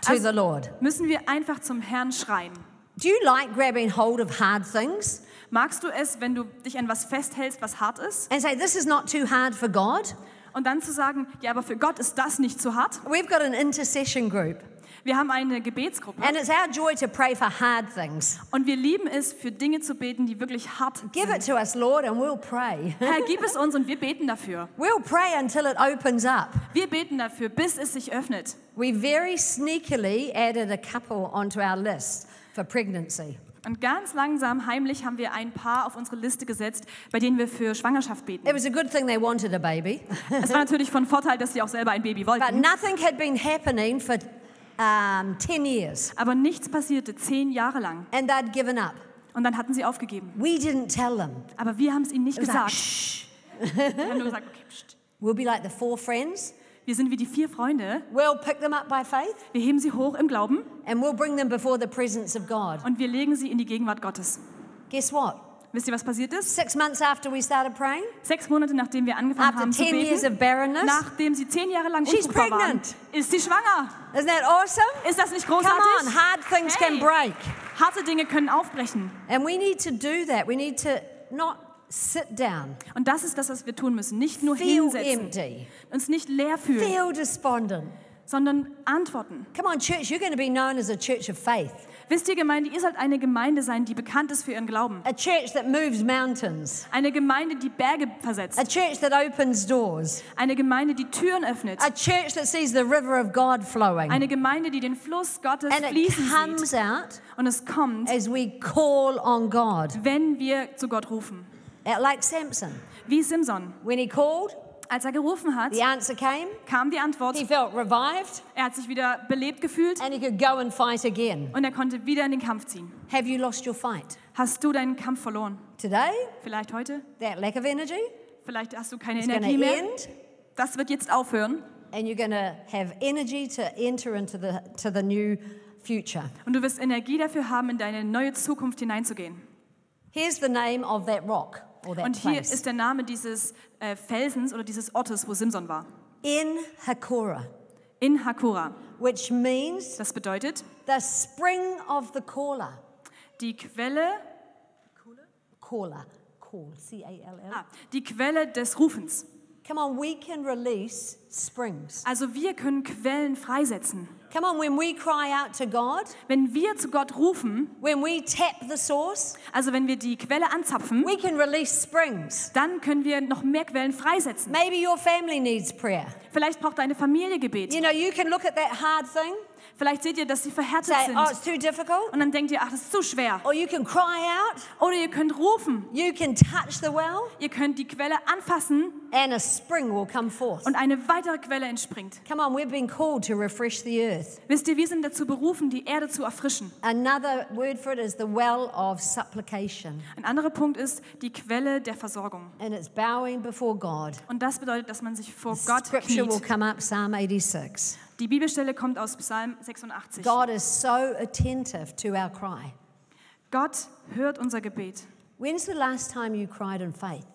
[SPEAKER 2] to
[SPEAKER 3] Also-
[SPEAKER 2] the Lord.
[SPEAKER 3] Müssen wir einfach zum Herrn schreien.
[SPEAKER 2] Do you like grabbing hold of hard things
[SPEAKER 3] Magst du es, wenn du dich an was festhältst, was hart ist?
[SPEAKER 2] and say, This is not too hard for God?
[SPEAKER 3] Und dann zu sagen, ja, aber für Gott ist das nicht zu hart?
[SPEAKER 2] We've got an intercession group,
[SPEAKER 3] Wir haben eine Gebetsgruppe
[SPEAKER 2] and it's our joy to pray for hard things.
[SPEAKER 3] und wir lieben es, für Dinge zu beten, die wirklich hart sind.
[SPEAKER 2] Give it to us, Lord, and we'll pray.
[SPEAKER 3] Herr, gib es uns und wir beten dafür.
[SPEAKER 2] We'll pray until it opens up.
[SPEAKER 3] Wir beten dafür, bis es sich öffnet.
[SPEAKER 2] We very sneakily added a couple onto our list for pregnancy.
[SPEAKER 3] Und ganz langsam, heimlich haben wir ein Paar auf unsere Liste gesetzt, bei denen wir für Schwangerschaft beten.
[SPEAKER 2] It was a good thing they wanted a baby,
[SPEAKER 3] Es war natürlich von Vorteil, dass sie auch selber ein Baby
[SPEAKER 2] but
[SPEAKER 3] wollten.
[SPEAKER 2] nothing had been happening for um, 10 years,
[SPEAKER 3] Aber nichts passierte, zehn Jahre lang.
[SPEAKER 2] and they'd given up.
[SPEAKER 3] Und dann hatten sie aufgegeben.
[SPEAKER 2] We didn't tell them.
[SPEAKER 3] Aber wir haben es ihnen nicht
[SPEAKER 2] It was like,
[SPEAKER 3] gesagt.
[SPEAKER 2] shh.
[SPEAKER 3] Wir haben nur gesagt, okay, pst.
[SPEAKER 2] We'll be like the four friends
[SPEAKER 3] Wir sind wie die vier Freunde.
[SPEAKER 2] We'll pick them up by faith
[SPEAKER 3] Wir heben sie hoch im Glauben
[SPEAKER 2] and we'll bring them before the presence of God.
[SPEAKER 3] und wir legen sie in die Gegenwart Gottes.
[SPEAKER 2] Guess what?
[SPEAKER 3] Wisst ihr, was passiert ist?
[SPEAKER 2] Six months after we started praying,
[SPEAKER 3] Sechs Monate nachdem wir angefangen
[SPEAKER 2] after
[SPEAKER 3] haben zu
[SPEAKER 2] 10 years
[SPEAKER 3] beten,
[SPEAKER 2] of barrenness,
[SPEAKER 3] nachdem sie zehn Jahre lang
[SPEAKER 2] She's
[SPEAKER 3] unfruchtbar waren,
[SPEAKER 2] pregnant.
[SPEAKER 3] ist sie schwanger.
[SPEAKER 2] isn't that awesome?
[SPEAKER 3] Ist das nicht
[SPEAKER 2] Come on,
[SPEAKER 3] großartig?
[SPEAKER 2] hard things can
[SPEAKER 3] Hey.
[SPEAKER 2] break.
[SPEAKER 3] Harte Dinge können aufbrechen.
[SPEAKER 2] And we need to do that. We need to not sit down,
[SPEAKER 3] Und das ist das, was wir tun müssen. Nicht nur
[SPEAKER 2] feel
[SPEAKER 3] hinsetzen,
[SPEAKER 2] empty,
[SPEAKER 3] uns nicht leer fühlen,
[SPEAKER 2] feel despondent.
[SPEAKER 3] sondern antworten.
[SPEAKER 2] Come on, church, you're going to be known as a church of faith,
[SPEAKER 3] Wisst ihr, Gemeinde, ihr sollt eine Gemeinde sein, die bekannt ist für ihren Glauben.
[SPEAKER 2] a church that moves mountains,
[SPEAKER 3] Eine Gemeinde, die Berge versetzt.
[SPEAKER 2] a church that opens doors,
[SPEAKER 3] Eine Gemeinde, die Türen öffnet.
[SPEAKER 2] a church that sees the river of God flowing.
[SPEAKER 3] Eine Gemeinde, die den Fluss Gottes
[SPEAKER 2] And it
[SPEAKER 3] fließen sieht.
[SPEAKER 2] comes out
[SPEAKER 3] Und es kommt,
[SPEAKER 2] as we call on God,
[SPEAKER 3] wenn wir zu Gott rufen.
[SPEAKER 2] like Samson.
[SPEAKER 3] Wie Simson.
[SPEAKER 2] When he called,
[SPEAKER 3] Als er gerufen hat,
[SPEAKER 2] the answer came.
[SPEAKER 3] kam die Antwort.
[SPEAKER 2] He felt revived
[SPEAKER 3] Er hat sich wieder belebt gefühlt
[SPEAKER 2] and he could go and fight again.
[SPEAKER 3] und er konnte wieder in den Kampf ziehen.
[SPEAKER 2] Have you lost your fight?
[SPEAKER 3] Hast du deinen Kampf verloren?
[SPEAKER 2] Today,
[SPEAKER 3] Vielleicht heute?
[SPEAKER 2] that lack of energy
[SPEAKER 3] Vielleicht hast du keine
[SPEAKER 2] is going
[SPEAKER 3] Energie
[SPEAKER 2] to
[SPEAKER 3] mehr?
[SPEAKER 2] end
[SPEAKER 3] Das wird jetzt aufhören.
[SPEAKER 2] and you're going to have energy to enter into the, to the new future.
[SPEAKER 3] Und du wirst Energie dafür haben, in deine neue Zukunft hineinzugehen.
[SPEAKER 2] Here's the name of that rock or that
[SPEAKER 3] Und hier
[SPEAKER 2] place.
[SPEAKER 3] ist der Name dieses äh, Felsens oder dieses Ortes, wo Simson war.
[SPEAKER 2] In Hakora,
[SPEAKER 3] In Hakura.
[SPEAKER 2] which means
[SPEAKER 3] Das bedeutet
[SPEAKER 2] the spring of the caller.
[SPEAKER 3] die Quelle,
[SPEAKER 2] Caller. Call. C-A-L-L.
[SPEAKER 3] ah, die Quelle des Rufens.
[SPEAKER 2] Come on, we can release springs.
[SPEAKER 3] Also wir können Quellen freisetzen.
[SPEAKER 2] Come on, when we cry out to God,
[SPEAKER 3] Wenn wir zu Gott rufen,
[SPEAKER 2] when we tap the source,
[SPEAKER 3] also wenn wir die Quelle anzapfen,
[SPEAKER 2] we can release springs.
[SPEAKER 3] dann können wir noch mehr Quellen freisetzen.
[SPEAKER 2] Maybe your family needs prayer.
[SPEAKER 3] Vielleicht braucht deine Familie Gebet.
[SPEAKER 2] You know, you can look at that hard thing,
[SPEAKER 3] Vielleicht seht ihr, dass sie verhärtet
[SPEAKER 2] say, oh,
[SPEAKER 3] sind.
[SPEAKER 2] it's too difficult.
[SPEAKER 3] Und dann denkt ihr, ach, das ist zu schwer.
[SPEAKER 2] Or you can cry out,
[SPEAKER 3] Oder ihr könnt rufen.
[SPEAKER 2] you can touch the well,
[SPEAKER 3] Ihr könnt die Quelle anfassen
[SPEAKER 2] and a spring will come forth.
[SPEAKER 3] und eine weitere Quelle entspringt.
[SPEAKER 2] Come on, we've been called to refresh the earth.
[SPEAKER 3] Wisst ihr, wir sind dazu berufen, die Erde zu erfrischen.
[SPEAKER 2] Another word for it is the well of supplication,
[SPEAKER 3] Ein anderer Punkt ist die Quelle der Versorgung.
[SPEAKER 2] and it's bowing before God.
[SPEAKER 3] Und das bedeutet, dass man sich vor Gott
[SPEAKER 2] Scripture will
[SPEAKER 3] kniet.
[SPEAKER 2] come up, Psalm 86.
[SPEAKER 3] Die Bibelstelle kommt aus Psalm 86.
[SPEAKER 2] God is so attentive to our cry.
[SPEAKER 3] Gott hört unser Gebet.
[SPEAKER 2] When's the last time you cried in faith?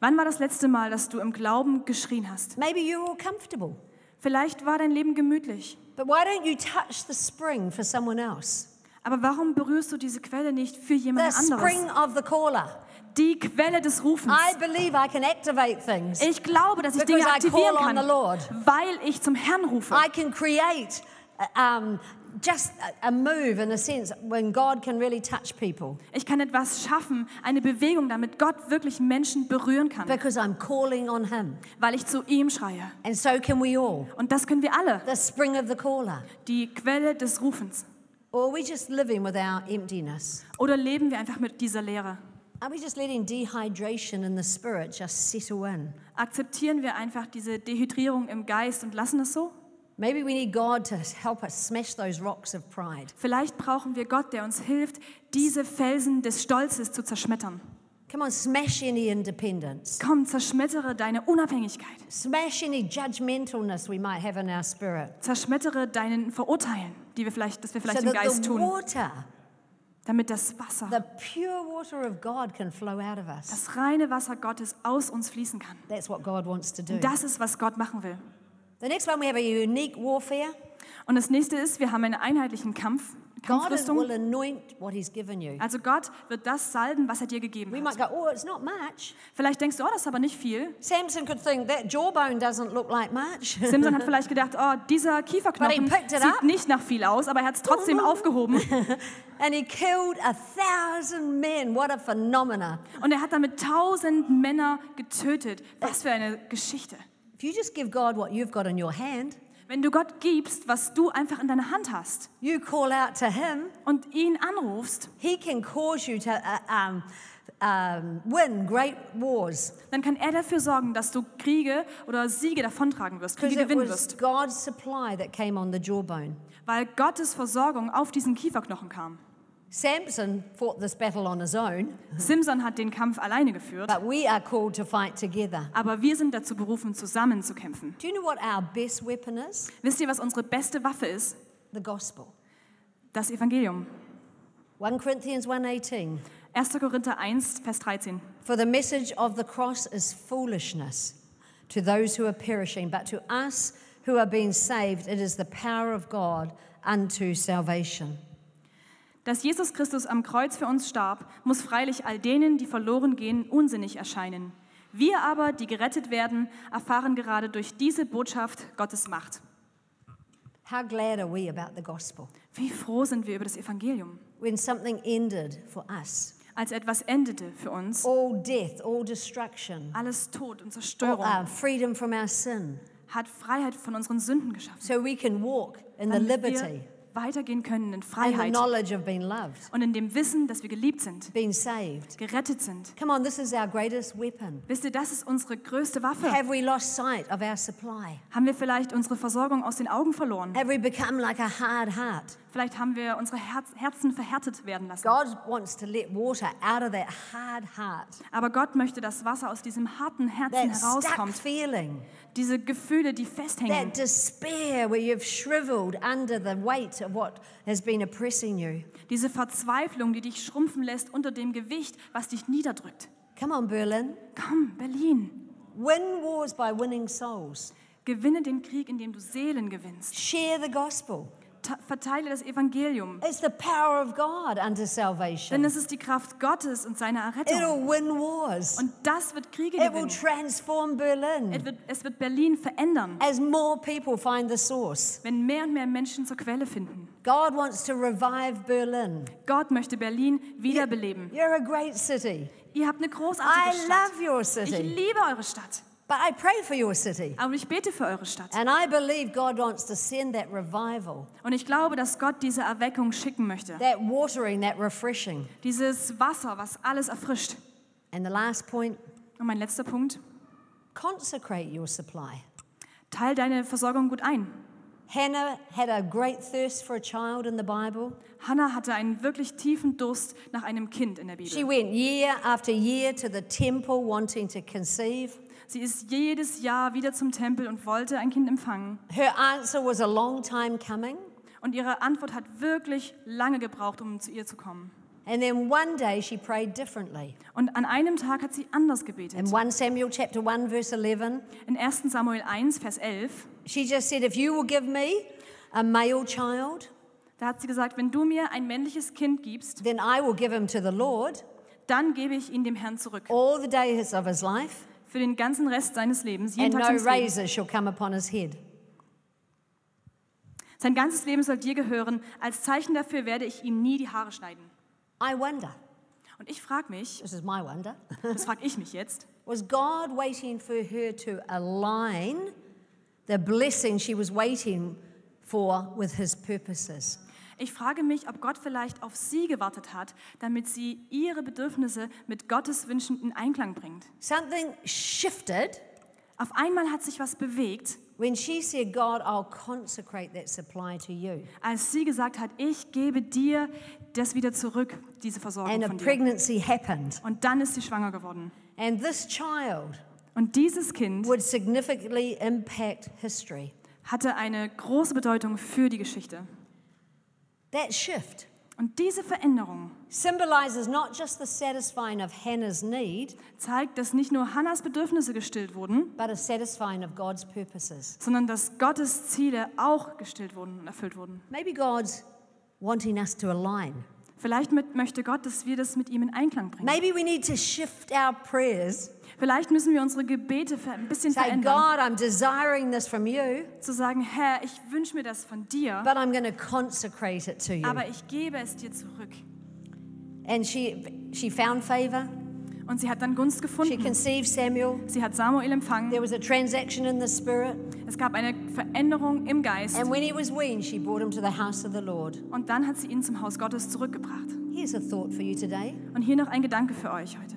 [SPEAKER 3] Wann war das letzte Mal, dass du im Glauben geschrien hast?
[SPEAKER 2] Maybe you're all comfortable,
[SPEAKER 3] Vielleicht war dein Leben gemütlich.
[SPEAKER 2] but why don't you touch the spring for someone else?
[SPEAKER 3] Aber warum berührst du diese Quelle nicht für
[SPEAKER 2] The
[SPEAKER 3] jemand anderes?
[SPEAKER 2] spring of the caller.
[SPEAKER 3] Die Quelle des Rufens.
[SPEAKER 2] I believe I can activate things.
[SPEAKER 3] Ich glaube, dass ich
[SPEAKER 2] Because
[SPEAKER 3] Dinge
[SPEAKER 2] I
[SPEAKER 3] aktivieren
[SPEAKER 2] call on
[SPEAKER 3] kann,
[SPEAKER 2] the Lord.
[SPEAKER 3] weil ich zum Herrn rufe.
[SPEAKER 2] I can create uh, um, just a- a move in a sense when God can really touch people
[SPEAKER 3] Ich kann etwas schaffen, eine Bewegung, damit Gott wirklich Menschen berühren kann,
[SPEAKER 2] because I'm calling on Him.
[SPEAKER 3] weil ich zu ihm schreie.
[SPEAKER 2] And so can we all.
[SPEAKER 3] Und das können wir alle.
[SPEAKER 2] The spring of the caller.
[SPEAKER 3] Die Quelle des Rufens.
[SPEAKER 2] Or are we just living with our emptiness?
[SPEAKER 3] Oder leben wir einfach mit dieser Lehre?
[SPEAKER 2] Are we just letting dehydration in the spirit just settle in?
[SPEAKER 3] Akzeptieren wir einfach diese Dehydrierung im Geist und lassen es so?
[SPEAKER 2] Maybe we need God to help us smash those rocks of pride.
[SPEAKER 3] Vielleicht brauchen wir Gott, der uns hilft, diese Felsen des Stolzes zu zerschmettern.
[SPEAKER 2] Come on, smash any independence.
[SPEAKER 3] Komm, zerschmettere deine Unabhängigkeit.
[SPEAKER 2] Smash any judgmentalness we might have in our spirit.
[SPEAKER 3] Zerschmettere deinen Verurteilen, die wir vielleicht, das wir vielleicht
[SPEAKER 2] so
[SPEAKER 3] im
[SPEAKER 2] that
[SPEAKER 3] Geist
[SPEAKER 2] the
[SPEAKER 3] tun,
[SPEAKER 2] water,
[SPEAKER 3] damit das Wasser,
[SPEAKER 2] the pure water of God can flow out of us.
[SPEAKER 3] das reine Wasser Gottes aus uns fließen kann.
[SPEAKER 2] That's what God wants to do.
[SPEAKER 3] Und das ist, was Gott machen will.
[SPEAKER 2] The next one, we have a unique warfare.
[SPEAKER 3] Und das nächste ist, wir haben einen einheitlichen Kampf,
[SPEAKER 2] God is- will
[SPEAKER 3] Kampfrüstung.
[SPEAKER 2] anoint what he's given you.
[SPEAKER 3] Also Gott wird das salben, was er dir
[SPEAKER 2] We
[SPEAKER 3] gegeben
[SPEAKER 2] might
[SPEAKER 3] hat.
[SPEAKER 2] go, oh, it's not much.
[SPEAKER 3] Vielleicht denkst du, oh, das ist aber nicht viel.
[SPEAKER 2] Samson could think that jawbone doesn't look like much.
[SPEAKER 3] Simpson hat vielleicht gedacht, oh, dieser Kieferknochen
[SPEAKER 2] But he picked it up. Oh,
[SPEAKER 3] sieht nicht nach viel aus, aber er hat es trotzdem aufgehoben
[SPEAKER 2] And he killed a thousand men. What a phenomena.
[SPEAKER 3] und er hat damit tausend Männer getötet. Was für eine Geschichte.
[SPEAKER 2] If you just give God what you've got in your hand,
[SPEAKER 3] Wenn du Gott gibst, was du einfach in deiner Hand hast
[SPEAKER 2] you call out to him,
[SPEAKER 3] und ihn anrufst,
[SPEAKER 2] he can cause you to uh, um, um, win great wars.
[SPEAKER 3] dann kann er dafür sorgen, dass du Kriege oder Siege davontragen wirst,
[SPEAKER 2] Because
[SPEAKER 3] Kriege
[SPEAKER 2] it
[SPEAKER 3] gewinnen
[SPEAKER 2] was
[SPEAKER 3] wirst,
[SPEAKER 2] God's supply that came on the jawbone. Mhm.
[SPEAKER 3] weil Gottes Versorgung auf diesen Kieferknochen kam.
[SPEAKER 2] Samson fought this battle on his own,
[SPEAKER 3] Simson hat den Kampf alleine geführt,
[SPEAKER 2] but we are called to fight together.
[SPEAKER 3] aber wir sind dazu berufen, zusammen zu kämpfen.
[SPEAKER 2] Do you know what our best weapon is?
[SPEAKER 3] Wisst ihr, was unsere beste Waffe ist?
[SPEAKER 2] The gospel.
[SPEAKER 3] Das Evangelium.
[SPEAKER 2] 1 Corinthians 1:18
[SPEAKER 3] 1. Korinther 1, Vers 13.
[SPEAKER 2] For the message of the cross is foolishness to those who are perishing, but to us who are being saved, it is the power of God unto salvation.
[SPEAKER 3] Dass Jesus Christus am Kreuz für uns starb, muss freilich all denen, die verloren gehen, unsinnig erscheinen. Wir aber, die gerettet werden, erfahren gerade durch diese Botschaft Gottes Macht.
[SPEAKER 2] How glad are we about the gospel?
[SPEAKER 3] Wie froh sind wir über das Evangelium.
[SPEAKER 2] When something ended for us,
[SPEAKER 3] Als etwas endete für uns,
[SPEAKER 2] all death, all destruction,
[SPEAKER 3] alles Tod und
[SPEAKER 2] all
[SPEAKER 3] Zerstörung,
[SPEAKER 2] our Oh, um, freedom from our sin,
[SPEAKER 3] hat Freiheit von unseren Sünden geschaffen.
[SPEAKER 2] so we can walk in the
[SPEAKER 3] damit
[SPEAKER 2] liberty
[SPEAKER 3] wir weitergehen können in
[SPEAKER 2] and the
[SPEAKER 3] Freiheit
[SPEAKER 2] knowledge of being loved,
[SPEAKER 3] und in dem Wissen, dass wir geliebt sind,
[SPEAKER 2] being saved.
[SPEAKER 3] gerettet sind.
[SPEAKER 2] Come on, this is our greatest weapon.
[SPEAKER 3] Wisst ihr, das ist unsere größte Waffe.
[SPEAKER 2] Have we lost sight of our supply?
[SPEAKER 3] Haben wir vielleicht unsere Versorgung aus den Augen verloren?
[SPEAKER 2] Have we become like a hard heart?
[SPEAKER 3] Vielleicht haben wir unsere Herz Herzen verhärtet werden lassen.
[SPEAKER 2] God wants to let water out of that hard heart,
[SPEAKER 3] Aber Gott möchte, dass Wasser aus diesem harten Herzen
[SPEAKER 2] that stuck
[SPEAKER 3] herauskommt.
[SPEAKER 2] feeling,
[SPEAKER 3] Diese Gefühle, die festhängen.
[SPEAKER 2] that despair where you've shriveled under the weight of what has been oppressing you.
[SPEAKER 3] Diese Verzweiflung, die dich schrumpfen lässt unter dem Gewicht, was dich niederdrückt.
[SPEAKER 2] Come on, Berlin.
[SPEAKER 3] Komm, Berlin,
[SPEAKER 2] Win wars by winning souls.
[SPEAKER 3] gewinne den Krieg, indem du Seelen gewinnst.
[SPEAKER 2] Share the gospel.
[SPEAKER 3] Ta- Verteile das Evangelium.
[SPEAKER 2] It's the power of God unto
[SPEAKER 3] Denn
[SPEAKER 2] salvation.
[SPEAKER 3] es ist die Kraft Gottes und seine Errettung.
[SPEAKER 2] It'll win wars.
[SPEAKER 3] Und das wird Kriege
[SPEAKER 2] It will
[SPEAKER 3] gewinnen.
[SPEAKER 2] transform
[SPEAKER 3] Es
[SPEAKER 2] Berlin
[SPEAKER 3] wird, es wird Berlin verändern,
[SPEAKER 2] as more people find the source.
[SPEAKER 3] wenn mehr und mehr Menschen zur Quelle finden.
[SPEAKER 2] God wants to revive Berlin.
[SPEAKER 3] Gott möchte Berlin wiederbeleben.
[SPEAKER 2] You're a great city.
[SPEAKER 3] Ihr habt eine
[SPEAKER 2] I
[SPEAKER 3] großartige Stadt.
[SPEAKER 2] love your
[SPEAKER 3] Ich
[SPEAKER 2] city.
[SPEAKER 3] liebe eure Stadt.
[SPEAKER 2] But I pray for your city.
[SPEAKER 3] Aber ich bete für eure Stadt.
[SPEAKER 2] And I believe God wants to send that revival,
[SPEAKER 3] Und ich glaube, dass Gott diese Erweckung schicken möchte.
[SPEAKER 2] that watering, that refreshing.
[SPEAKER 3] Dieses Wasser, was alles erfrischt.
[SPEAKER 2] And the last point
[SPEAKER 3] Und mein letzter Punkt.
[SPEAKER 2] consecrate your supply.
[SPEAKER 3] Teil deine Versorgung gut ein.
[SPEAKER 2] Hannah had a great thirst for a child in the Bible.
[SPEAKER 3] Hannah hatte einen wirklich tiefen Durst nach einem Kind in der
[SPEAKER 2] She
[SPEAKER 3] Bibel.
[SPEAKER 2] went year after year to the temple wanting to conceive.
[SPEAKER 3] Sie ist jedes Jahr wieder zum Tempel und wollte ein Kind empfangen.
[SPEAKER 2] Her answer was a long time coming.
[SPEAKER 3] Und ihre Antwort hat wirklich lange gebraucht, um zu ihr zu kommen.
[SPEAKER 2] And then one day she prayed differently.
[SPEAKER 3] Und an einem Tag hat sie anders gebetet.
[SPEAKER 2] In 1 Samuel chapter 1 verse 11,
[SPEAKER 3] In 1 Samuel 1, Vers 11,
[SPEAKER 2] she just said, "If you will give me a male child,
[SPEAKER 3] da hat sie gesagt, wenn du mir ein männliches Kind gibst,
[SPEAKER 2] then I will give him to the Lord
[SPEAKER 3] dann gebe ich ihn dem Herrn zurück.
[SPEAKER 2] all the days of his life,
[SPEAKER 3] Für den ganzen Rest seines Lebens, jeden
[SPEAKER 2] and
[SPEAKER 3] Tag
[SPEAKER 2] no
[SPEAKER 3] seines Lebens.
[SPEAKER 2] razor shall come upon his head.
[SPEAKER 3] Sein ganzes Leben soll dir gehören. Als Zeichen dafür werde ich ihm nie die Haare schneiden.
[SPEAKER 2] I wonder,
[SPEAKER 3] Und ich frage mich,
[SPEAKER 2] this is my wonder,
[SPEAKER 3] das frage ich mich jetzt,
[SPEAKER 2] was God waiting for her to align the blessing she was waiting for with his purposes?
[SPEAKER 3] ich frage mich, ob Gott vielleicht auf sie gewartet hat, damit sie ihre Bedürfnisse mit Gottes Wünschen in Einklang bringt.
[SPEAKER 2] Something shifted
[SPEAKER 3] Auf einmal hat sich was bewegt,
[SPEAKER 2] when she said, God, I'll consecrate that supply to you.
[SPEAKER 3] als sie gesagt hat, ich gebe dir das wieder zurück, diese Versorgung
[SPEAKER 2] And a
[SPEAKER 3] von dir.
[SPEAKER 2] pregnancy happened.
[SPEAKER 3] Und dann ist sie schwanger geworden.
[SPEAKER 2] And this child
[SPEAKER 3] Und dieses Kind
[SPEAKER 2] would significantly impact history.
[SPEAKER 3] hatte eine große Bedeutung für die Geschichte.
[SPEAKER 2] That shift
[SPEAKER 3] Und diese Veränderung
[SPEAKER 2] symbolizes not just the satisfying of Hannah's need,
[SPEAKER 3] zeigt, dass nicht nur Hannas Bedürfnisse gestillt wurden,
[SPEAKER 2] but a satisfying of God's purposes.
[SPEAKER 3] sondern dass Gottes Ziele auch gestillt wurden und erfüllt wurden.
[SPEAKER 2] Maybe God's wanting us to align.
[SPEAKER 3] Vielleicht mit, möchte Gott, dass wir das mit ihm in Einklang bringen.
[SPEAKER 2] Maybe we need to shift our prayers.
[SPEAKER 3] Vielleicht müssen wir unsere Gebete ver- ein bisschen
[SPEAKER 2] Say,
[SPEAKER 3] verändern,
[SPEAKER 2] God, I'm desiring this from you,
[SPEAKER 3] zu sagen, Herr, ich wünsche mir das von dir,
[SPEAKER 2] but I'm going to consecrate it to you.
[SPEAKER 3] aber ich gebe es dir zurück.
[SPEAKER 2] And she, she found favor.
[SPEAKER 3] Und sie hat dann Gunst
[SPEAKER 2] She
[SPEAKER 3] gefunden.
[SPEAKER 2] conceived Samuel.
[SPEAKER 3] Sie hat Samuel empfangen.
[SPEAKER 2] There was a transaction in the spirit.
[SPEAKER 3] Es gab eine Veränderung im Geist.
[SPEAKER 2] And when he was weaned, she brought him to the house of the Lord.
[SPEAKER 3] Und dann hat sie ihn zum Haus Gottes zurückgebracht.
[SPEAKER 2] Here's a thought for you today
[SPEAKER 3] Und hier noch ein Gedanke für euch heute.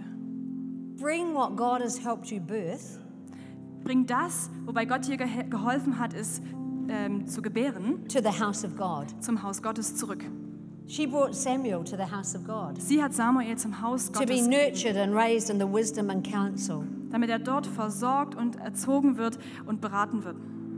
[SPEAKER 2] bring what God has helped you birth
[SPEAKER 3] Bring das, wobei Gott dir gehe- geholfen hat, es ähm, zu gebären,
[SPEAKER 2] to the house of God.
[SPEAKER 3] zum Haus Gottes zurück.
[SPEAKER 2] She brought Samuel to the house of God
[SPEAKER 3] Sie hat Samuel zum Haus
[SPEAKER 2] to be
[SPEAKER 3] Gottes,
[SPEAKER 2] nurtured and raised in the wisdom and counsel.
[SPEAKER 3] damit er dort versorgt und erzogen wird und beraten wird.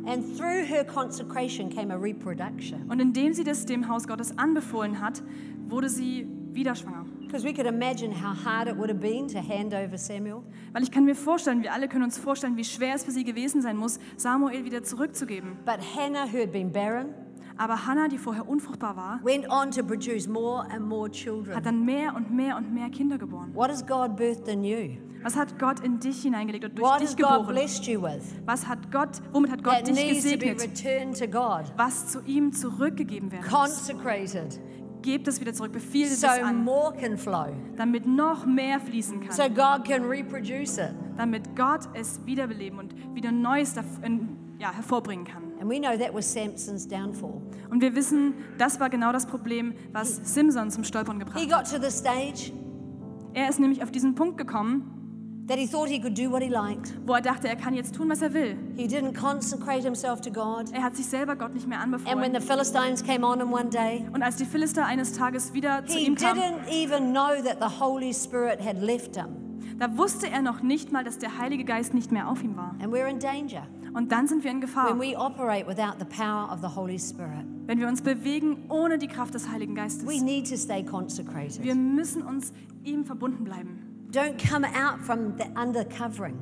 [SPEAKER 2] And through her consecration came a reproduction.
[SPEAKER 3] Und indem sie das dem Haus Gottes anbefohlen hat, wurde sie wieder schwanger.
[SPEAKER 2] Because we could imagine how hard it would have been to hand over Samuel.
[SPEAKER 3] Weil ich kann mir vorstellen, wir alle können uns vorstellen, wie schwer es für sie gewesen sein muss, Samuel wieder zurückzugeben.
[SPEAKER 2] But Hannah, who had been barren,
[SPEAKER 3] Aber Hannah, die vorher unfruchtbar war,
[SPEAKER 2] went on to produce more and more
[SPEAKER 3] hat
[SPEAKER 2] children.
[SPEAKER 3] dann mehr und mehr und mehr Kinder geboren.
[SPEAKER 2] What has God birthed in you?
[SPEAKER 3] Was hat Gott in dich hineingelegt und durch
[SPEAKER 2] What has
[SPEAKER 3] dich
[SPEAKER 2] God
[SPEAKER 3] geboren?
[SPEAKER 2] blessed you with
[SPEAKER 3] Was hat Gott, womit hat Gott
[SPEAKER 2] that
[SPEAKER 3] dich
[SPEAKER 2] needs to be
[SPEAKER 3] gesegnet?
[SPEAKER 2] returned to God?
[SPEAKER 3] Was zu ihm zurückgegeben werden muss,
[SPEAKER 2] Consecrated
[SPEAKER 3] gebt es wieder zurück, befiehlt es
[SPEAKER 2] so
[SPEAKER 3] an,
[SPEAKER 2] more can flow,
[SPEAKER 3] damit noch mehr fließen
[SPEAKER 2] so
[SPEAKER 3] kann,
[SPEAKER 2] God can reproduce it.
[SPEAKER 3] damit Gott es wiederbeleben und wieder Neues dav- in- ja, hervorbringen kann.
[SPEAKER 2] And we know that was Samson's downfall.
[SPEAKER 3] Und wir wissen, das war genau das Problem, was Simson zum Stolpern
[SPEAKER 2] He
[SPEAKER 3] gebracht
[SPEAKER 2] got
[SPEAKER 3] hat.
[SPEAKER 2] to the stage
[SPEAKER 3] Er ist nämlich auf diesen Punkt gekommen,
[SPEAKER 2] that he thought he could do what he liked.
[SPEAKER 3] wo er dachte, er kann jetzt tun, was er will.
[SPEAKER 2] He didn't consecrate himself to God.
[SPEAKER 3] Er hat sich selber Gott nicht mehr
[SPEAKER 2] And when
[SPEAKER 3] anbefohlen.
[SPEAKER 2] the Philistines came on him one day,
[SPEAKER 3] Und als die Philister eines Tages wieder zu
[SPEAKER 2] he
[SPEAKER 3] ihm kamen,
[SPEAKER 2] didn't even know that the Holy Spirit had left him.
[SPEAKER 3] da wusste er noch nicht mal, dass der Heilige Geist nicht mehr auf ihm war.
[SPEAKER 2] And we're in danger
[SPEAKER 3] Und dann sind wir in Gefahr,
[SPEAKER 2] when we operate without the power of the Holy Spirit.
[SPEAKER 3] wenn wir uns bewegen ohne die Kraft des Heiligen
[SPEAKER 2] We
[SPEAKER 3] Geistes.
[SPEAKER 2] need to stay
[SPEAKER 3] Wir
[SPEAKER 2] consecrated.
[SPEAKER 3] müssen uns ihm verbunden bleiben.
[SPEAKER 2] Don't come out from the under covering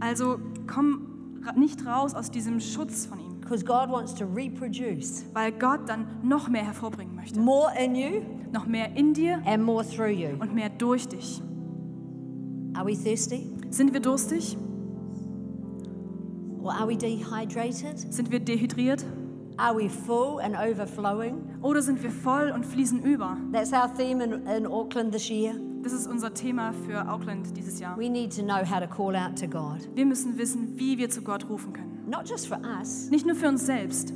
[SPEAKER 3] Also komm ra- nicht raus aus diesem Schutz von ihm,
[SPEAKER 2] because God wants to reproduce
[SPEAKER 3] weil Gott dann noch mehr hervorbringen möchte.
[SPEAKER 2] more in you
[SPEAKER 3] Noch mehr in dir
[SPEAKER 2] and more through you.
[SPEAKER 3] und mehr durch dich.
[SPEAKER 2] Are we thirsty?
[SPEAKER 3] Sind wir durstig?
[SPEAKER 2] Or are we dehydrated?
[SPEAKER 3] Sind wir dehydriert?
[SPEAKER 2] Are we full and overflowing?
[SPEAKER 3] Oder sind wir voll und fließen über?
[SPEAKER 2] That's our theme in, in Auckland this year.
[SPEAKER 3] Das ist unser Thema für Auckland dieses Jahr.
[SPEAKER 2] We need to know how to call out to God,
[SPEAKER 3] Wir müssen wissen, wie wir zu Gott rufen können.
[SPEAKER 2] not just for us.
[SPEAKER 3] Nicht nur für uns selbst.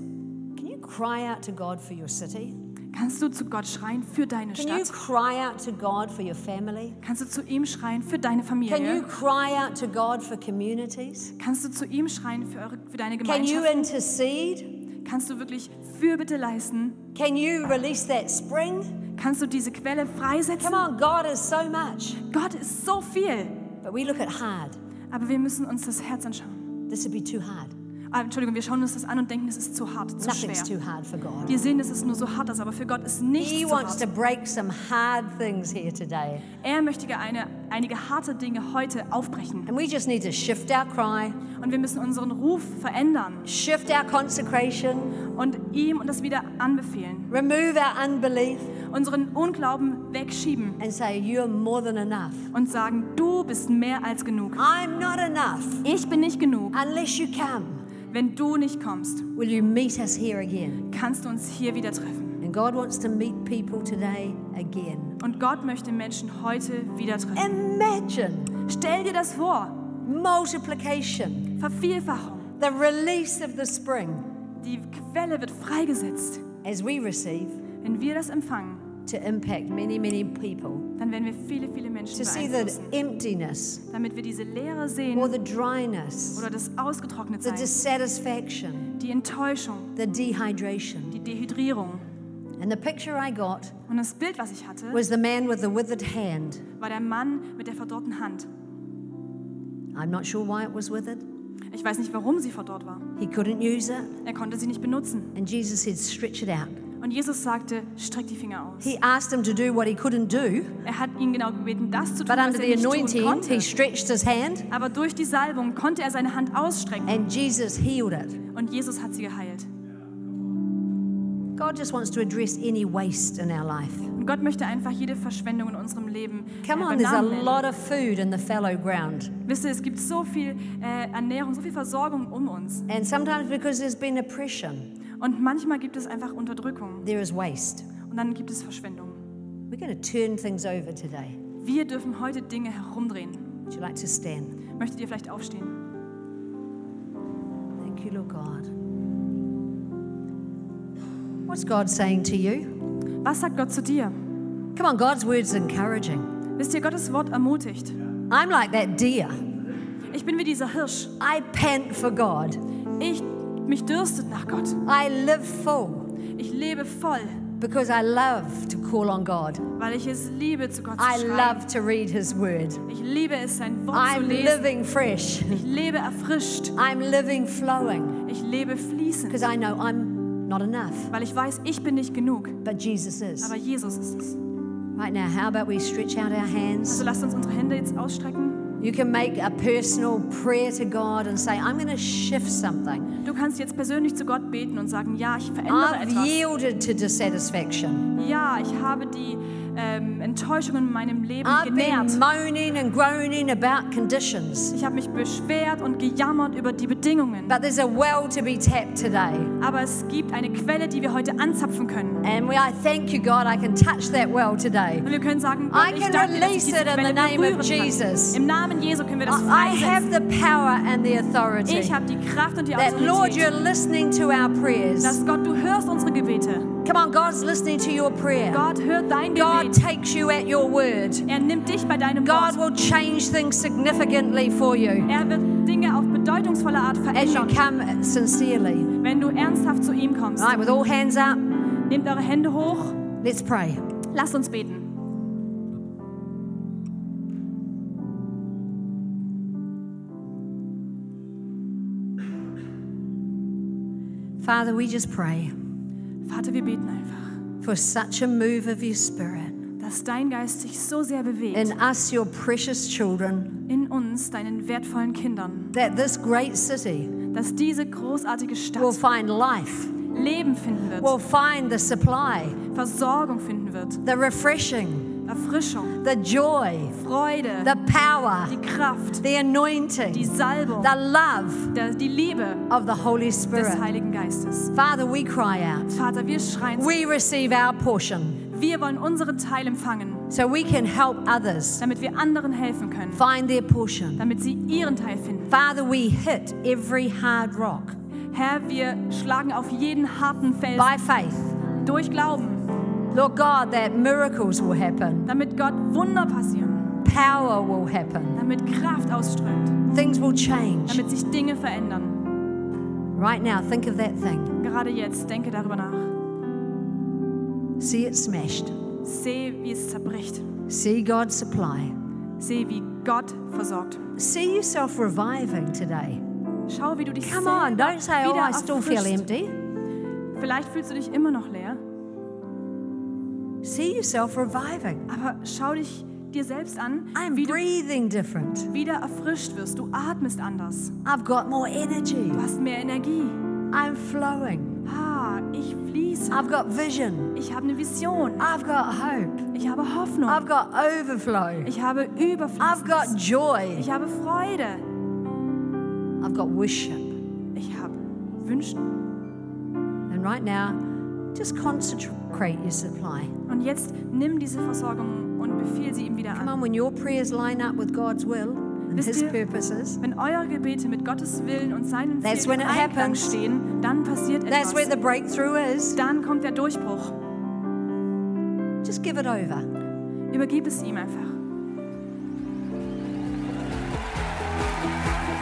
[SPEAKER 2] Can you cry out to God for your city?
[SPEAKER 3] Kannst du zu Gott schreien für deine
[SPEAKER 2] Can you
[SPEAKER 3] Stadt?
[SPEAKER 2] cry out to God for your family?
[SPEAKER 3] Kannst du zu ihm schreien für deine
[SPEAKER 2] Can you
[SPEAKER 3] Familie?
[SPEAKER 2] cry out to God for communities?
[SPEAKER 3] Kannst du zu ihm schreien für, eure, für deine
[SPEAKER 2] Can you
[SPEAKER 3] Gemeinschaft?
[SPEAKER 2] intercede?
[SPEAKER 3] Kannst du wirklich Fürbitte leisten?
[SPEAKER 2] Can you release that spring?
[SPEAKER 3] Kannst du diese Quelle
[SPEAKER 2] Come
[SPEAKER 3] freisetzen?
[SPEAKER 2] on, God is so much.
[SPEAKER 3] Gott ist so viel.
[SPEAKER 2] But we look at hard.
[SPEAKER 3] Aber wir müssen uns das Herz anschauen.
[SPEAKER 2] This would be too hard.
[SPEAKER 3] Ah, Entschuldigung, wir schauen uns das an und denken, es ist zu hart, zu
[SPEAKER 2] Nothing's
[SPEAKER 3] schwer.
[SPEAKER 2] too hard for God.
[SPEAKER 3] Wir sehen, dass es nur so hart ist, aber für Gott ist nichts
[SPEAKER 2] He
[SPEAKER 3] zu
[SPEAKER 2] wants to
[SPEAKER 3] hart.
[SPEAKER 2] break some hard things here today.
[SPEAKER 3] Er möchte gerne eine, einige harte Dinge heute aufbrechen.
[SPEAKER 2] And we just need to shift our cry,
[SPEAKER 3] Und wir müssen unseren Ruf verändern
[SPEAKER 2] shift our consecration,
[SPEAKER 3] und ihm und das wieder anbefehlen.
[SPEAKER 2] remove our unbelief,
[SPEAKER 3] Unseren Unglauben wegschieben
[SPEAKER 2] and say, You're more than enough.
[SPEAKER 3] und sagen, du bist mehr als genug.
[SPEAKER 2] I'm not enough
[SPEAKER 3] Ich bin nicht genug.
[SPEAKER 2] unless you come.
[SPEAKER 3] Wenn du nicht kommst,
[SPEAKER 2] Will you meet us here again?
[SPEAKER 3] kannst du uns hier wieder treffen.
[SPEAKER 2] And God wants to meet people today again.
[SPEAKER 3] Und Gott möchte Menschen heute wieder treffen.
[SPEAKER 2] Imagine
[SPEAKER 3] Stell dir das vor.
[SPEAKER 2] multiplication,
[SPEAKER 3] Vervielfachung.
[SPEAKER 2] the release of the spring
[SPEAKER 3] Die Quelle wird freigesetzt.
[SPEAKER 2] as we receive
[SPEAKER 3] Wenn wir das empfangen,
[SPEAKER 2] to impact many, many people,
[SPEAKER 3] dann werden wir viele, viele Menschen
[SPEAKER 2] to see the
[SPEAKER 3] beeinflussen.
[SPEAKER 2] emptiness
[SPEAKER 3] Damit wir diese Leere sehen
[SPEAKER 2] or the dryness,
[SPEAKER 3] oder das
[SPEAKER 2] the
[SPEAKER 3] Ausgetrocknetsein,
[SPEAKER 2] dissatisfaction,
[SPEAKER 3] die Enttäuschung,
[SPEAKER 2] the dehydration.
[SPEAKER 3] die Dehydrierung.
[SPEAKER 2] And the picture I got
[SPEAKER 3] Und das Bild, was ich hatte,
[SPEAKER 2] was the man with the withered hand.
[SPEAKER 3] war der Mann mit der verdorrten Hand.
[SPEAKER 2] I'm not sure why it was withered.
[SPEAKER 3] Ich weiß nicht, warum sie verdorrt war.
[SPEAKER 2] He couldn't use it.
[SPEAKER 3] Er konnte sie nicht benutzen.
[SPEAKER 2] And Jesus said, Stretch it out.
[SPEAKER 3] Und Jesus sagte, streck die Finger aus.
[SPEAKER 2] He asked him to do what he couldn't do,
[SPEAKER 3] Er hat ihn genau gebeten, das zu tun,
[SPEAKER 2] but
[SPEAKER 3] was
[SPEAKER 2] under the
[SPEAKER 3] er nicht tun
[SPEAKER 2] anointing, he
[SPEAKER 3] konnte.
[SPEAKER 2] stretched his hand
[SPEAKER 3] Aber durch die Salbung konnte er seine Hand ausstrecken
[SPEAKER 2] and Jesus healed it.
[SPEAKER 3] und Jesus hat sie geheilt.
[SPEAKER 2] God just wants to address any waste in our life.
[SPEAKER 3] Und Gott möchte einfach jede Verschwendung in unserem Leben äh,
[SPEAKER 2] Come on,
[SPEAKER 3] beim
[SPEAKER 2] there's a
[SPEAKER 3] Namen nennen.
[SPEAKER 2] lot of food in the fallow ground.
[SPEAKER 3] Wisst ihr, es gibt so viel äh, Ernährung, so viel Versorgung um uns.
[SPEAKER 2] And sometimes because there's been oppression,
[SPEAKER 3] Und manchmal gibt es einfach Unterdrückung
[SPEAKER 2] there is waste.
[SPEAKER 3] und dann gibt es Verschwendung.
[SPEAKER 2] We're going to turn things over today.
[SPEAKER 3] Wir dürfen heute Dinge herumdrehen.
[SPEAKER 2] Would you like to stand?
[SPEAKER 3] Möchtet ihr vielleicht aufstehen?
[SPEAKER 2] Thank you, Lord God. What's God saying to you?
[SPEAKER 3] Was sagt Gott zu dir?
[SPEAKER 2] Come on, God's word's encouraging.
[SPEAKER 3] Wisst ihr, Gottes Wort ermutigt.
[SPEAKER 2] I'm like that deer.
[SPEAKER 3] Ich bin wie dieser Hirsch.
[SPEAKER 2] I pant for God.
[SPEAKER 3] Ich, mich dürstet nach Gott.
[SPEAKER 2] I live full.
[SPEAKER 3] Ich lebe voll.
[SPEAKER 2] because I love to call on God.
[SPEAKER 3] weil ich es liebe, zu Gott zu
[SPEAKER 2] I
[SPEAKER 3] schreien.
[SPEAKER 2] love to read His Word.
[SPEAKER 3] Ich liebe es, sein Wort zu
[SPEAKER 2] I'm
[SPEAKER 3] lesen.
[SPEAKER 2] living fresh.
[SPEAKER 3] Ich lebe erfrischt.
[SPEAKER 2] I'm living flowing
[SPEAKER 3] Ich lebe fließend,
[SPEAKER 2] because I know I'm not enough,
[SPEAKER 3] weil ich weiß, ich bin nicht genug.
[SPEAKER 2] but Jesus is.
[SPEAKER 3] Aber Jesus ist es.
[SPEAKER 2] Right now, how about we stretch out our hands?
[SPEAKER 3] Also lasst uns unsere Hände jetzt ausstrecken.
[SPEAKER 2] You can make a personal prayer to God and say, I'm going to shift something.
[SPEAKER 3] Du kannst jetzt persönlich zu Gott beten und sagen, ja, ich verändere
[SPEAKER 2] I've
[SPEAKER 3] etwas.
[SPEAKER 2] yielded to dissatisfaction.
[SPEAKER 3] Ja, ich habe die ähm, Enttäuschungen in meinem Leben
[SPEAKER 2] I've
[SPEAKER 3] genährt.
[SPEAKER 2] been moaning and groaning about conditions.
[SPEAKER 3] Ich habe mich beschwert und gejammert über die Bedingungen.
[SPEAKER 2] But there's a well to be tapped today.
[SPEAKER 3] Aber es gibt eine Quelle, die wir heute anzapfen können.
[SPEAKER 2] And we, I thank you, God, I can touch that well today.
[SPEAKER 3] Und wir können sagen,
[SPEAKER 2] I
[SPEAKER 3] Gott, ich
[SPEAKER 2] can
[SPEAKER 3] danke dir, dass ich
[SPEAKER 2] release
[SPEAKER 3] diese
[SPEAKER 2] it in the
[SPEAKER 3] Quelle
[SPEAKER 2] name of
[SPEAKER 3] berühren
[SPEAKER 2] Jesus.
[SPEAKER 3] kann. Im Namen Jesu können wir das
[SPEAKER 2] I I
[SPEAKER 3] freisetzen.
[SPEAKER 2] have the power and the authority
[SPEAKER 3] Ich habe die Kraft und die
[SPEAKER 2] that, Lord, you're
[SPEAKER 3] Autorität,
[SPEAKER 2] listening to our prayers.
[SPEAKER 3] dass Gott, du hörst unsere Gebete.
[SPEAKER 2] Come on, God's listening to your prayer.
[SPEAKER 3] Gott hört dein
[SPEAKER 2] God
[SPEAKER 3] Gebet.
[SPEAKER 2] takes you at your word.
[SPEAKER 3] Er nimmt dich bei deinem
[SPEAKER 2] God
[SPEAKER 3] Wort.
[SPEAKER 2] will change things significantly for you
[SPEAKER 3] Er wird Dinge auf bedeutungsvolle Art
[SPEAKER 2] as you
[SPEAKER 3] verändern,
[SPEAKER 2] come sincerely.
[SPEAKER 3] wenn du ernsthaft zu ihm kommst.
[SPEAKER 2] All right, with all hands up,
[SPEAKER 3] Nehmt eure Hände hoch.
[SPEAKER 2] let's pray.
[SPEAKER 3] Lasst uns beten.
[SPEAKER 2] Father, we just pray
[SPEAKER 3] Vater, wir beten einfach,
[SPEAKER 2] for such a move of your spirit
[SPEAKER 3] dass dein Geist sich so sehr bewegt
[SPEAKER 2] in us, your precious children,
[SPEAKER 3] in uns, deinen wertvollen Kindern,
[SPEAKER 2] that this great city
[SPEAKER 3] dass diese großartige
[SPEAKER 2] will
[SPEAKER 3] Stadt
[SPEAKER 2] find life,
[SPEAKER 3] Leben finden
[SPEAKER 2] will
[SPEAKER 3] wird,
[SPEAKER 2] find the supply,
[SPEAKER 3] Versorgung finden wird,
[SPEAKER 2] the refreshing,
[SPEAKER 3] Erfrischung,
[SPEAKER 2] the joy,
[SPEAKER 3] Freude,
[SPEAKER 2] the power,
[SPEAKER 3] die Kraft,
[SPEAKER 2] the
[SPEAKER 3] die
[SPEAKER 2] anointing,
[SPEAKER 3] Salbung,
[SPEAKER 2] the love
[SPEAKER 3] der- die Liebe
[SPEAKER 2] of the Holy
[SPEAKER 3] des
[SPEAKER 2] Spirit.
[SPEAKER 3] Heiligen Geistes.
[SPEAKER 2] Father, we cry out.
[SPEAKER 3] Vater, wir schreien,
[SPEAKER 2] We receive our portion
[SPEAKER 3] wir wollen unseren Teil empfangen,
[SPEAKER 2] so we can help others
[SPEAKER 3] damit wir anderen helfen können,
[SPEAKER 2] find their portion.
[SPEAKER 3] damit sie ihren Teil finden.
[SPEAKER 2] Father, we hit every hard rock
[SPEAKER 3] Herr, wir schlagen auf jeden harten Felsen
[SPEAKER 2] by faith.
[SPEAKER 3] durch Glauben.
[SPEAKER 2] Lord God, that miracles will happen,
[SPEAKER 3] damit Gott Wunder passieren,
[SPEAKER 2] power will happen,
[SPEAKER 3] damit Kraft ausströmt,
[SPEAKER 2] things will change.
[SPEAKER 3] damit sich Dinge verändern.
[SPEAKER 2] Right now, think of that thing.
[SPEAKER 3] Gerade jetzt denke darüber nach.
[SPEAKER 2] See it smashed.
[SPEAKER 3] Seh, wie es zerbricht.
[SPEAKER 2] See God supply.
[SPEAKER 3] Seh, wie Gott versorgt.
[SPEAKER 2] See yourself reviving today.
[SPEAKER 3] Schau, wie du dich
[SPEAKER 2] Come
[SPEAKER 3] selber
[SPEAKER 2] on, don't say, oh,
[SPEAKER 3] wieder
[SPEAKER 2] I still feel
[SPEAKER 3] erfrischst.
[SPEAKER 2] empty.
[SPEAKER 3] Vielleicht fühlst du dich immer noch leer,
[SPEAKER 2] See yourself reviving.
[SPEAKER 3] aber schau dich dir selbst an,
[SPEAKER 2] I'm
[SPEAKER 3] wie du
[SPEAKER 2] breathing different.
[SPEAKER 3] wieder erfrischt wirst. Du atmest anders.
[SPEAKER 2] I've got more energy.
[SPEAKER 3] Du hast mehr Energie.
[SPEAKER 2] I'm flowing.
[SPEAKER 3] Ah, ich fließe.
[SPEAKER 2] I've got vision.
[SPEAKER 3] Ich habe eine Vision.
[SPEAKER 2] I've got hope.
[SPEAKER 3] Ich habe Hoffnung.
[SPEAKER 2] I've got overflow.
[SPEAKER 3] Ich
[SPEAKER 2] I've
[SPEAKER 3] habe
[SPEAKER 2] got
[SPEAKER 3] Überfluss.
[SPEAKER 2] joy.
[SPEAKER 3] Ich habe Freude.
[SPEAKER 2] I've got worship.
[SPEAKER 3] Ich habe Wünschen.
[SPEAKER 2] And right now, just concentrate your supply.
[SPEAKER 3] Und jetzt nimm diese Versorgung und befiehl sie ihm wieder
[SPEAKER 2] Come
[SPEAKER 3] an.
[SPEAKER 2] on, when your prayers line up with God's will and
[SPEAKER 3] Wisst
[SPEAKER 2] His
[SPEAKER 3] ihr-
[SPEAKER 2] purposes,
[SPEAKER 3] Wenn eure Gebete mit Gottes Willen und seinen
[SPEAKER 2] That's when
[SPEAKER 3] Zielen im
[SPEAKER 2] it
[SPEAKER 3] Einklang
[SPEAKER 2] happens.
[SPEAKER 3] stehen, dann passiert
[SPEAKER 2] that's where
[SPEAKER 3] etwas.
[SPEAKER 2] the breakthrough is.
[SPEAKER 3] Dann kommt der Durchbruch.
[SPEAKER 2] Just give it over.
[SPEAKER 3] Übergib es ihm einfach.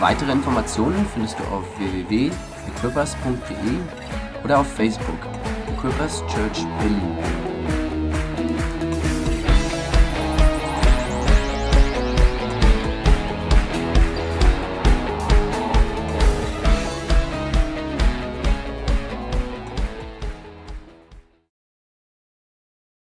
[SPEAKER 1] Weitere Informationen findest du auf www.equippers.de oder auf Facebook Equippers Church Berlin.